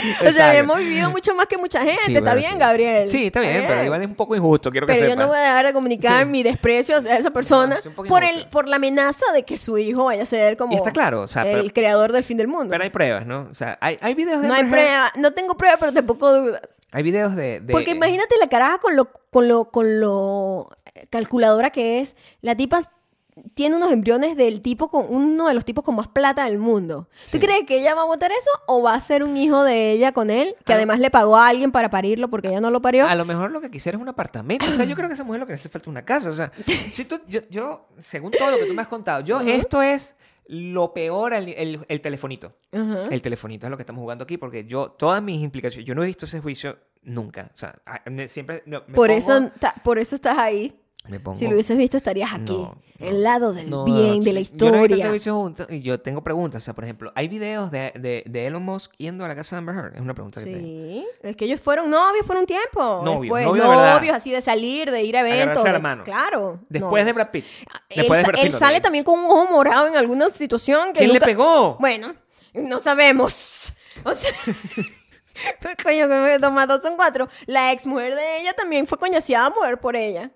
S1: o sea,
S2: Exacto.
S1: hemos vivido mucho más que mucha gente.
S2: Sí,
S1: está
S2: bueno,
S1: bien,
S2: sí.
S1: Gabriel.
S2: Sí, está bien, pero igual es un poco injusto, quiero que
S1: Pero yo
S2: sepas.
S1: no voy a dejar de comunicar
S2: Sí.
S1: mi desprecio a esa persona
S2: es un poco
S1: por, el,
S2: injusto.
S1: por la amenaza de que su hijo vaya a ser como
S2: Y está claro, o sea,
S1: el
S2: pero-
S1: creador del fin del mundo.
S2: Pero hay pruebas, ¿no? O sea, hay, hay videos de...
S1: no hay
S2: Amber Heard-
S1: prueba, no tengo prueba, pero tampoco dudas.
S2: Hay videos de... eh, de-
S1: Porque imagínate la caraja con lo, con lo, con lo eh, calculadora que es. La tipa tiene unos embriones del tipo con uno de los tipos con más plata del mundo. ¿Tú crees que ella va a votar eso o va a ser un hijo de ella con él que
S2: Ah, no.
S1: además le pagó a alguien para parirlo porque ella no lo parió?
S2: A lo mejor lo que quisiera es un apartamento. O sea, yo creo que a esa mujer lo que le hace falta es una casa. O sea, si tú, yo, yo, según todo lo que tú me has contado, yo, esto es lo peor, el, el- el telefonito.
S1: Ajá.
S2: El telefonito es lo que estamos jugando aquí, porque yo, todas mis implicaciones, yo no he visto ese juicio nunca. O sea, a- me- siempre. no, me
S1: Por
S2: pongo-
S1: eso ta- por eso estás ahí.
S2: Me pongo.
S1: Si lo hubieses visto estarías aquí,
S2: No, no.
S1: el lado del
S2: No, no,
S1: bien,
S2: no,
S1: de la
S2: sí. Yo no he visto
S1: historia.
S2: ese juicio junto y yo tengo preguntas. O sea, por ejemplo, hay videos de, de, de Elon Musk yendo a la casa de Amber Heard. Es una pregunta que te
S1: Sí, es que ellos fueron novios por un tiempo.
S2: Novios,
S1: Después,
S2: novios de verdad.
S1: novios, así de salir, de ir a
S2: Agarrarse
S1: eventos.
S2: de la
S1: de-
S2: mano.
S1: Claro.
S2: Después
S1: no. Ah,
S2: de Brad Pitt.
S1: Él,
S2: Después de
S1: sa-
S2: Brad Pitt,
S1: él
S2: lo
S1: sale
S2: tenía.
S1: también con un ojo morado en alguna situación que
S2: ¿Quién
S1: nunca-
S2: le pegó?
S1: Bueno, no sabemos. O sea, pues, coño, que me dos más dos son cuatro. La ex mujer de ella también fue coñaseada a mujer por ella.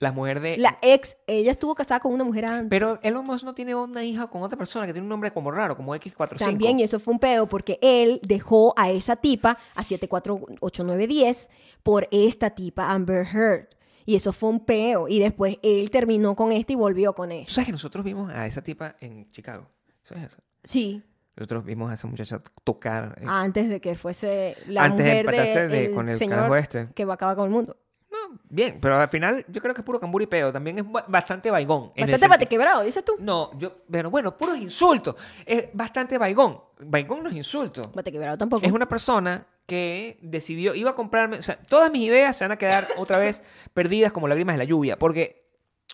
S2: La mujer de.
S1: La ex, ella estuvo casada con una mujer antes.
S2: Pero Elon Musk no tiene una hija con otra persona que tiene un nombre como raro, como X45.
S1: También, y eso fue un pedo, porque él dejó a esa tipa, a 748910, por esta tipa Amber Heard. Y eso fue un peo. Y después él terminó con este y volvió con
S2: Tú
S1: ella.
S2: sabes que nosotros vimos a esa tipa en Chicago. ¿Sabes eso?
S1: Sí.
S2: Nosotros vimos a esa muchacha tocar. eh,
S1: Antes de que fuese la
S2: Antes de
S1: mujer
S2: empatarse
S1: de,
S2: de-
S1: el
S2: con el
S1: señor
S2: carajo este.
S1: que va a acabar con el mundo.
S2: No, bien, pero al final yo creo que es puro cambur y pedo. También es ba- bastante vaigón. en
S1: Bastante
S2: el sentido-
S1: patequebrado, dices tú.
S2: No, yo, pero bueno, puros insultos. Es bastante vaigón. Vaigón no es insulto.
S1: Patequebrado tampoco.
S2: Es una persona que decidió, iba a comprarme, o sea, todas mis ideas se van a quedar otra vez perdidas como lágrimas de la lluvia, porque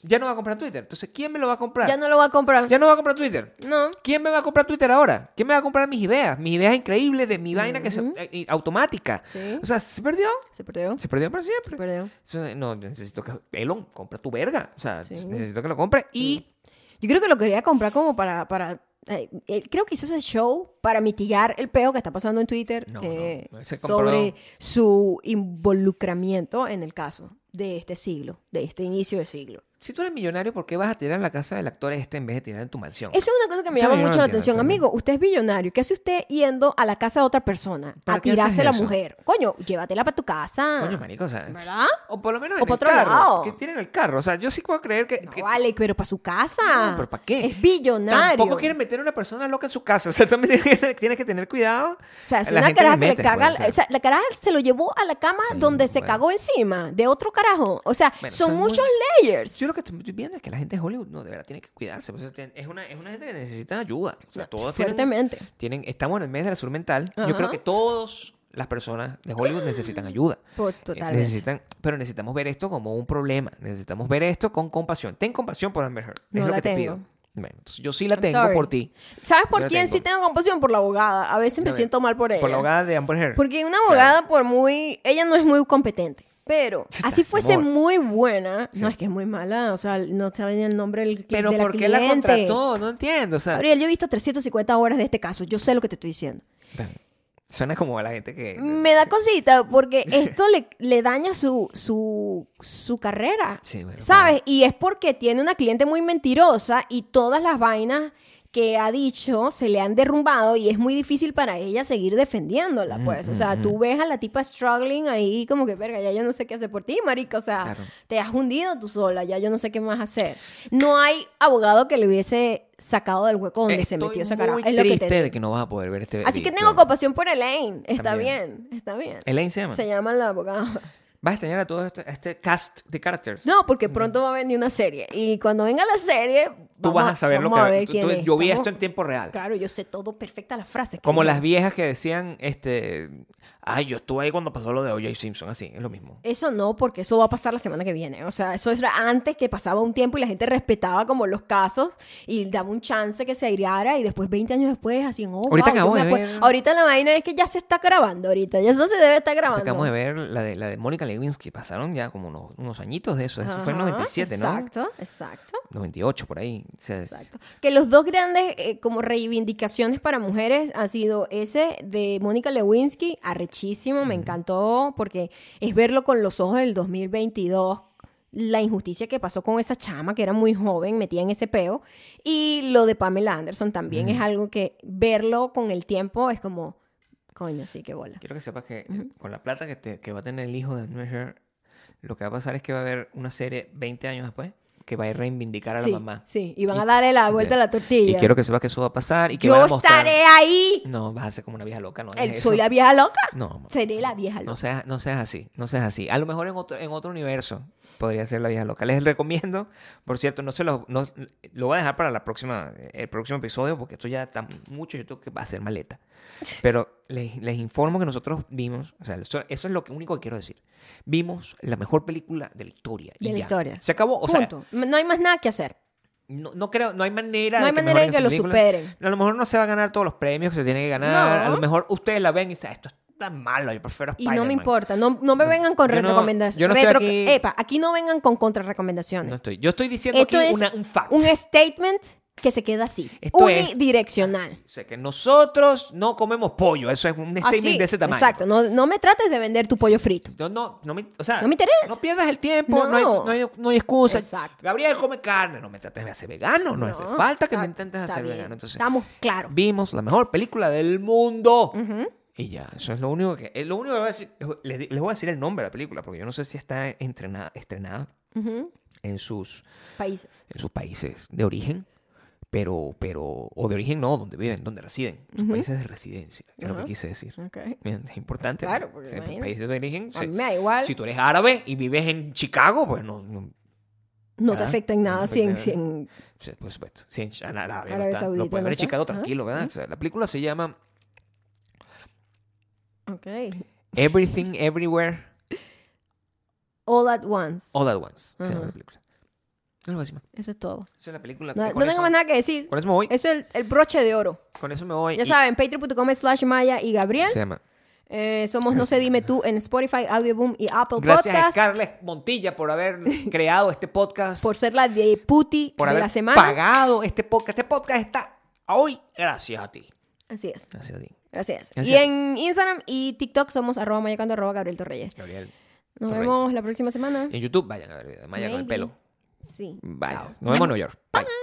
S2: ya no va a comprar Twitter. Entonces, ¿quién me lo va a comprar?
S1: Ya no lo va a comprar.
S2: Ya no va a comprar Twitter.
S1: No.
S2: ¿Quién me va a comprar Twitter ahora? ¿Quién me va a comprar mis ideas? Mis ideas increíbles de mi vaina que se, eh, eh, automática.
S1: Sí.
S2: O sea, se perdió.
S1: Se perdió.
S2: Se perdió para siempre.
S1: Se perdió.
S2: Eso, eh, No, yo necesito que. Elon, compra tu verga. O sea,
S1: Sí.
S2: necesito que lo compre. Y
S1: Yo creo que lo quería comprar como para... para eh, él creo que hizo ese show para mitigar el peo que está pasando en Twitter
S2: No,
S1: eh,
S2: no, ese
S1: sobre
S2: compró-
S1: su involucramiento en el caso de este siglo, de este inicio de siglo.
S2: si tú eres millonario, ¿por qué vas a tirar en la casa del actor este en vez de tirar en tu mansión?
S1: Eso es una cosa que me
S2: Eso
S1: llama
S2: yo no
S1: mucho la
S2: lo entiendo,
S1: atención.
S2: eso no.
S1: Amigo, usted es billonario. ¿Qué hace usted yendo a la casa de otra persona a
S2: ¿Para qué haces
S1: tirarse la
S2: eso?
S1: mujer? Coño, llévatela para tu casa.
S2: Coño, marico, o sea.
S1: ¿Verdad?
S2: O por lo menos
S1: O
S2: en
S1: pa'
S2: el
S1: otro
S2: carro.
S1: lado.
S2: Que tienen el carro. O sea, yo sí puedo creer que.
S1: No
S2: que-
S1: vale, pero para su casa.
S2: No, pero ¿para qué?
S1: Es billonario.
S2: Tampoco quieren meter a una persona loca en su casa. O sea, también tienes que tener cuidado.
S1: O sea, es
S2: La
S1: una
S2: gente
S1: caraja que
S2: mete,
S1: le caga.
S2: pues, o sea.
S1: o sea, la caraja se lo llevó a la cama
S2: Sí,
S1: donde se
S2: bueno.
S1: cagó encima de otro carajo. O sea,
S2: Bueno,
S1: son
S2: son muy-
S1: muchos layers.
S2: Yo lo que estoy viendo es que la gente de Hollywood, no, de verdad, tiene que cuidarse. pues, es, una, es una gente que necesita ayuda. O sea,
S1: No,
S2: todos tienen,
S1: Ah, fuertemente.
S2: tienen- estamos en el mes de la salud mental. Yo
S1: Ajá.
S2: creo que todas las personas de Hollywood necesitan ayuda.
S1: Por-
S2: Eh,
S1: totalmente.
S2: Necesitan, pero necesitamos ver esto como un problema. Necesitamos ver esto con compasión. Ten compasión por Amber Heard.
S1: No
S2: es lo
S1: la
S2: que te
S1: tengo.
S2: pido. Bueno, entonces yo sí la
S1: I'm
S2: tengo
S1: sorry.
S2: por ti.
S1: ¿Sabes por
S2: Yo la
S1: quién
S2: tengo.
S1: sí tengo compasión? Por la abogada. A veces me
S2: Yo
S1: siento mal por ella.
S2: Por la abogada de Amber Heard.
S1: Porque una abogada, por muy. Ella no es muy competente. Pero así fuese
S2: amor.
S1: muy buena. No, es que es muy mala. O sea, no sabe ni el nombre del cli-
S2: Pero
S1: de la
S2: ¿por qué la
S1: cliente.
S2: contrató? No entiendo. O sea,
S1: Gabriel, yo he visto 350 horas de este caso. Yo sé lo que te estoy diciendo.
S2: suena como a la gente que...
S1: Me da cosita porque esto le, le daña su, su, su carrera.
S2: Sí, bueno,
S1: ¿Sabes? Y es porque tiene una cliente muy mentirosa y todas las vainas que ha dicho se le han derrumbado y es muy difícil para ella seguir
S2: Mm,
S1: defendiéndola, pues. o sea, tú ves a la tipa struggling ahí como que, verga, ya yo no sé qué hacer por ti, marica. O sea,
S2: Claro.
S1: te has hundido tú sola, ya yo no sé qué más hacer. No hay abogado que le hubiese sacado del hueco donde se
S2: Estoy
S1: metió esa
S2: muy
S1: cara. Es lo que
S2: triste
S1: te digo.
S2: de que no vas a poder ver este
S1: Así que
S2: video.
S1: tengo compasión por Elaine. Está
S2: También.
S1: bien, está bien.
S2: Elaine se llama.
S1: Se llama la abogada.
S2: Vas a extrañar a todo este, este cast de characters.
S1: No, porque pronto va a venir una serie. Y cuando venga la serie.
S2: Tú vas a saber lo
S1: vamos a
S2: que...
S1: ver
S2: tú-
S1: quién
S2: tú-
S1: es.
S2: yo vi
S1: Vamos-
S2: esto en tiempo real.
S1: Claro, yo sé todo perfecta las frases. que
S2: Como
S1: digo.
S2: las viejas que decían, este... Ay, yo estuve ahí cuando pasó lo de O.J. Simpson. Así, es lo mismo.
S1: Eso no, porque eso va a pasar la semana que viene. O sea, eso era antes que pasaba un tiempo y la gente respetaba como los casos y daba un chance que se aireara y después 20 años después hacían, oh, wow,
S2: Ahorita
S1: yo
S2: acabo
S1: me
S2: de
S1: acuerdo.
S2: ver-
S1: Ahorita la vaina es que ya se está grabando ahorita, ya eso se debe estar grabando.
S2: Acabamos de ver la de, la de Mónica Lewinsky. Pasaron ya como unos, unos añitos de eso. Eso fue en
S1: Ajá,
S2: 97,
S1: Exacto, exacto.
S2: ¿no? 98, por ahí. O sea, es-
S1: Exacto. Que los dos grandes eh, como reivindicaciones para mujeres ha sido ese de Mónica Lewinsky, arrechísimo, me encantó porque es verlo con los ojos del 2022 la injusticia que pasó con esa chama que era muy joven, metida en ese peo, y lo de Pamela Anderson también es algo que verlo con el tiempo es como, coño, sí, qué bola.
S2: Quiero que sepas que eh, con la plata que, te- que va a tener el hijo de Amber Heard, lo que va a pasar es que va a haber una serie 20 años después que va a reivindicar a
S1: sí,
S2: la mamá.
S1: sí, y van a darle la vuelta a la
S2: Y
S1: tortilla.
S2: quiero que sepas que eso va a pasar y que van
S1: Yo
S2: a mostrar...
S1: estaré ahí.
S2: No, vas a ser como una vieja loca, no hagas
S1: El-
S2: eso.
S1: soy la vieja loca.
S2: No, amor.
S1: Seré la vieja loca.
S2: No seas, no seas así, no seas así. A lo mejor en otro, en otro universo podría ser la vieja loca. Les recomiendo, por cierto, no se lo, no- lo voy a dejar para la próxima, el próximo episodio, porque esto ya está mucho, yo tengo que hacer maleta. Pero les, les informo que nosotros vimos, o sea, eso, eso es lo que- único que quiero decir. Vimos la mejor película de la historia. y
S1: De la
S2: ya.
S1: historia.
S2: Se acabó, o sea,
S1: Punto. no hay más nada que hacer.
S2: no, no creo, no hay manera
S1: No hay
S2: de que
S1: manera de que
S2: mejoren esa
S1: lo
S2: película.
S1: superen.
S2: A lo mejor no se va a ganar todos los premios que se tiene que ganar.
S1: No.
S2: A lo mejor ustedes la ven y dicen, "Ah, esto es tan malo, yo prefiero
S1: Y no me
S2: Spider-Man".
S1: importa, no, no me vengan con
S2: Yo no-
S1: retrocomendaciones.
S2: yo no estoy aquí-
S1: Epa, aquí no vengan con
S2: No
S1: contrarrecomendaciones.
S2: estoy. Yo estoy diciendo
S1: Esto
S2: aquí
S1: es
S2: una- un fact.
S1: un statement que se queda así,
S2: Esto es-
S1: unidireccional.
S2: O sea, que nosotros no comemos pollo. Eso es un statement
S1: Así,
S2: de ese tamaño.
S1: Ah, Exacto, no, no me trates de vender tu pollo frito.
S2: Yo no, no me, o sea,
S1: No me interesa.
S2: No pierdas el tiempo. No,
S1: No.
S2: hay, no hay- no hay excusa.
S1: Exacto.
S2: Gabriel come carne. No me trates de hacer vegano. No,
S1: No,
S2: hace falta que me
S1: exacto,
S2: intentes
S1: está
S2: hacer
S1: bien,
S2: vegano. Entonces,
S1: estamos claros.
S2: Vimos la mejor película del mundo. Y ya, eso es lo único que. eh, Lo único que voy a decir. Les, les voy a decir el nombre de la película porque yo no sé si está entrenada, estrenada en sus
S1: Países.
S2: en sus países de origen, pero, pero, o de origen no, donde viven, donde residen, sus países de residencia, es lo que quise decir.
S1: Ok.
S2: Bien, Es importante.
S1: Claro,
S2: ¿no?
S1: porque
S2: O sea, tus
S1: imagínate.
S2: países de origen.
S1: A
S2: sí.
S1: mí me da igual.
S2: Si tú eres árabe y vives en Chicago, pues no. no
S1: No te
S2: Ah,
S1: afecta en
S2: no
S1: nada
S2: me
S1: si en,
S2: afecta
S1: si
S2: nada.
S1: en-
S2: o sea, por supuesto. Si pues, en Ch- en Arabia no
S1: Arabia
S2: está,
S1: Saudita
S2: lo puedes
S1: no
S2: ver en
S1: está.
S2: Chicago
S1: Ajá.
S2: tranquilo, ¿verdad? O sea, la película se llama
S1: Ok.
S2: Everything, Everywhere,
S1: All at once.
S2: All at Once. Se llama
S1: Ajá.
S2: la película. No lo voy a decir más.
S1: Eso es todo.
S2: Esa es la película.
S1: No,
S2: que
S1: no
S2: con
S1: tengo
S2: eso-
S1: más nada que decir.
S2: Con eso me voy.
S1: Eso es el, el broche de oro.
S2: Con eso me voy.
S1: Ya
S2: y-
S1: saben, patreon.com slash maya y Gabriel.
S2: Se llama.
S1: Eh, somos No sé dime tú en Spotify, Audioboom y Apple
S2: Gracias a
S1: Podcast.
S2: Scarlett Montilla por haber creado este podcast.
S1: por ser la de puti
S2: por
S1: de
S2: haber
S1: la semana.
S2: pagado este podcast. Este podcast está hoy gracias a ti.
S1: Así es.
S2: Gracias a ti,
S1: Gracias.
S2: Gracias.
S1: Y en Instagram y TikTok somos arroba mayacando arroba Gabriel Torreyes.
S2: Gabriel.
S1: Nos
S2: Torreyes.
S1: vemos la próxima semana.
S2: En YouTube, vayan a ver el video de Maya con el
S1: Maybe.
S2: pelo.
S1: Sí.
S2: Vaya.
S1: Chao.
S2: Nos vemos en Nueva York. Bye.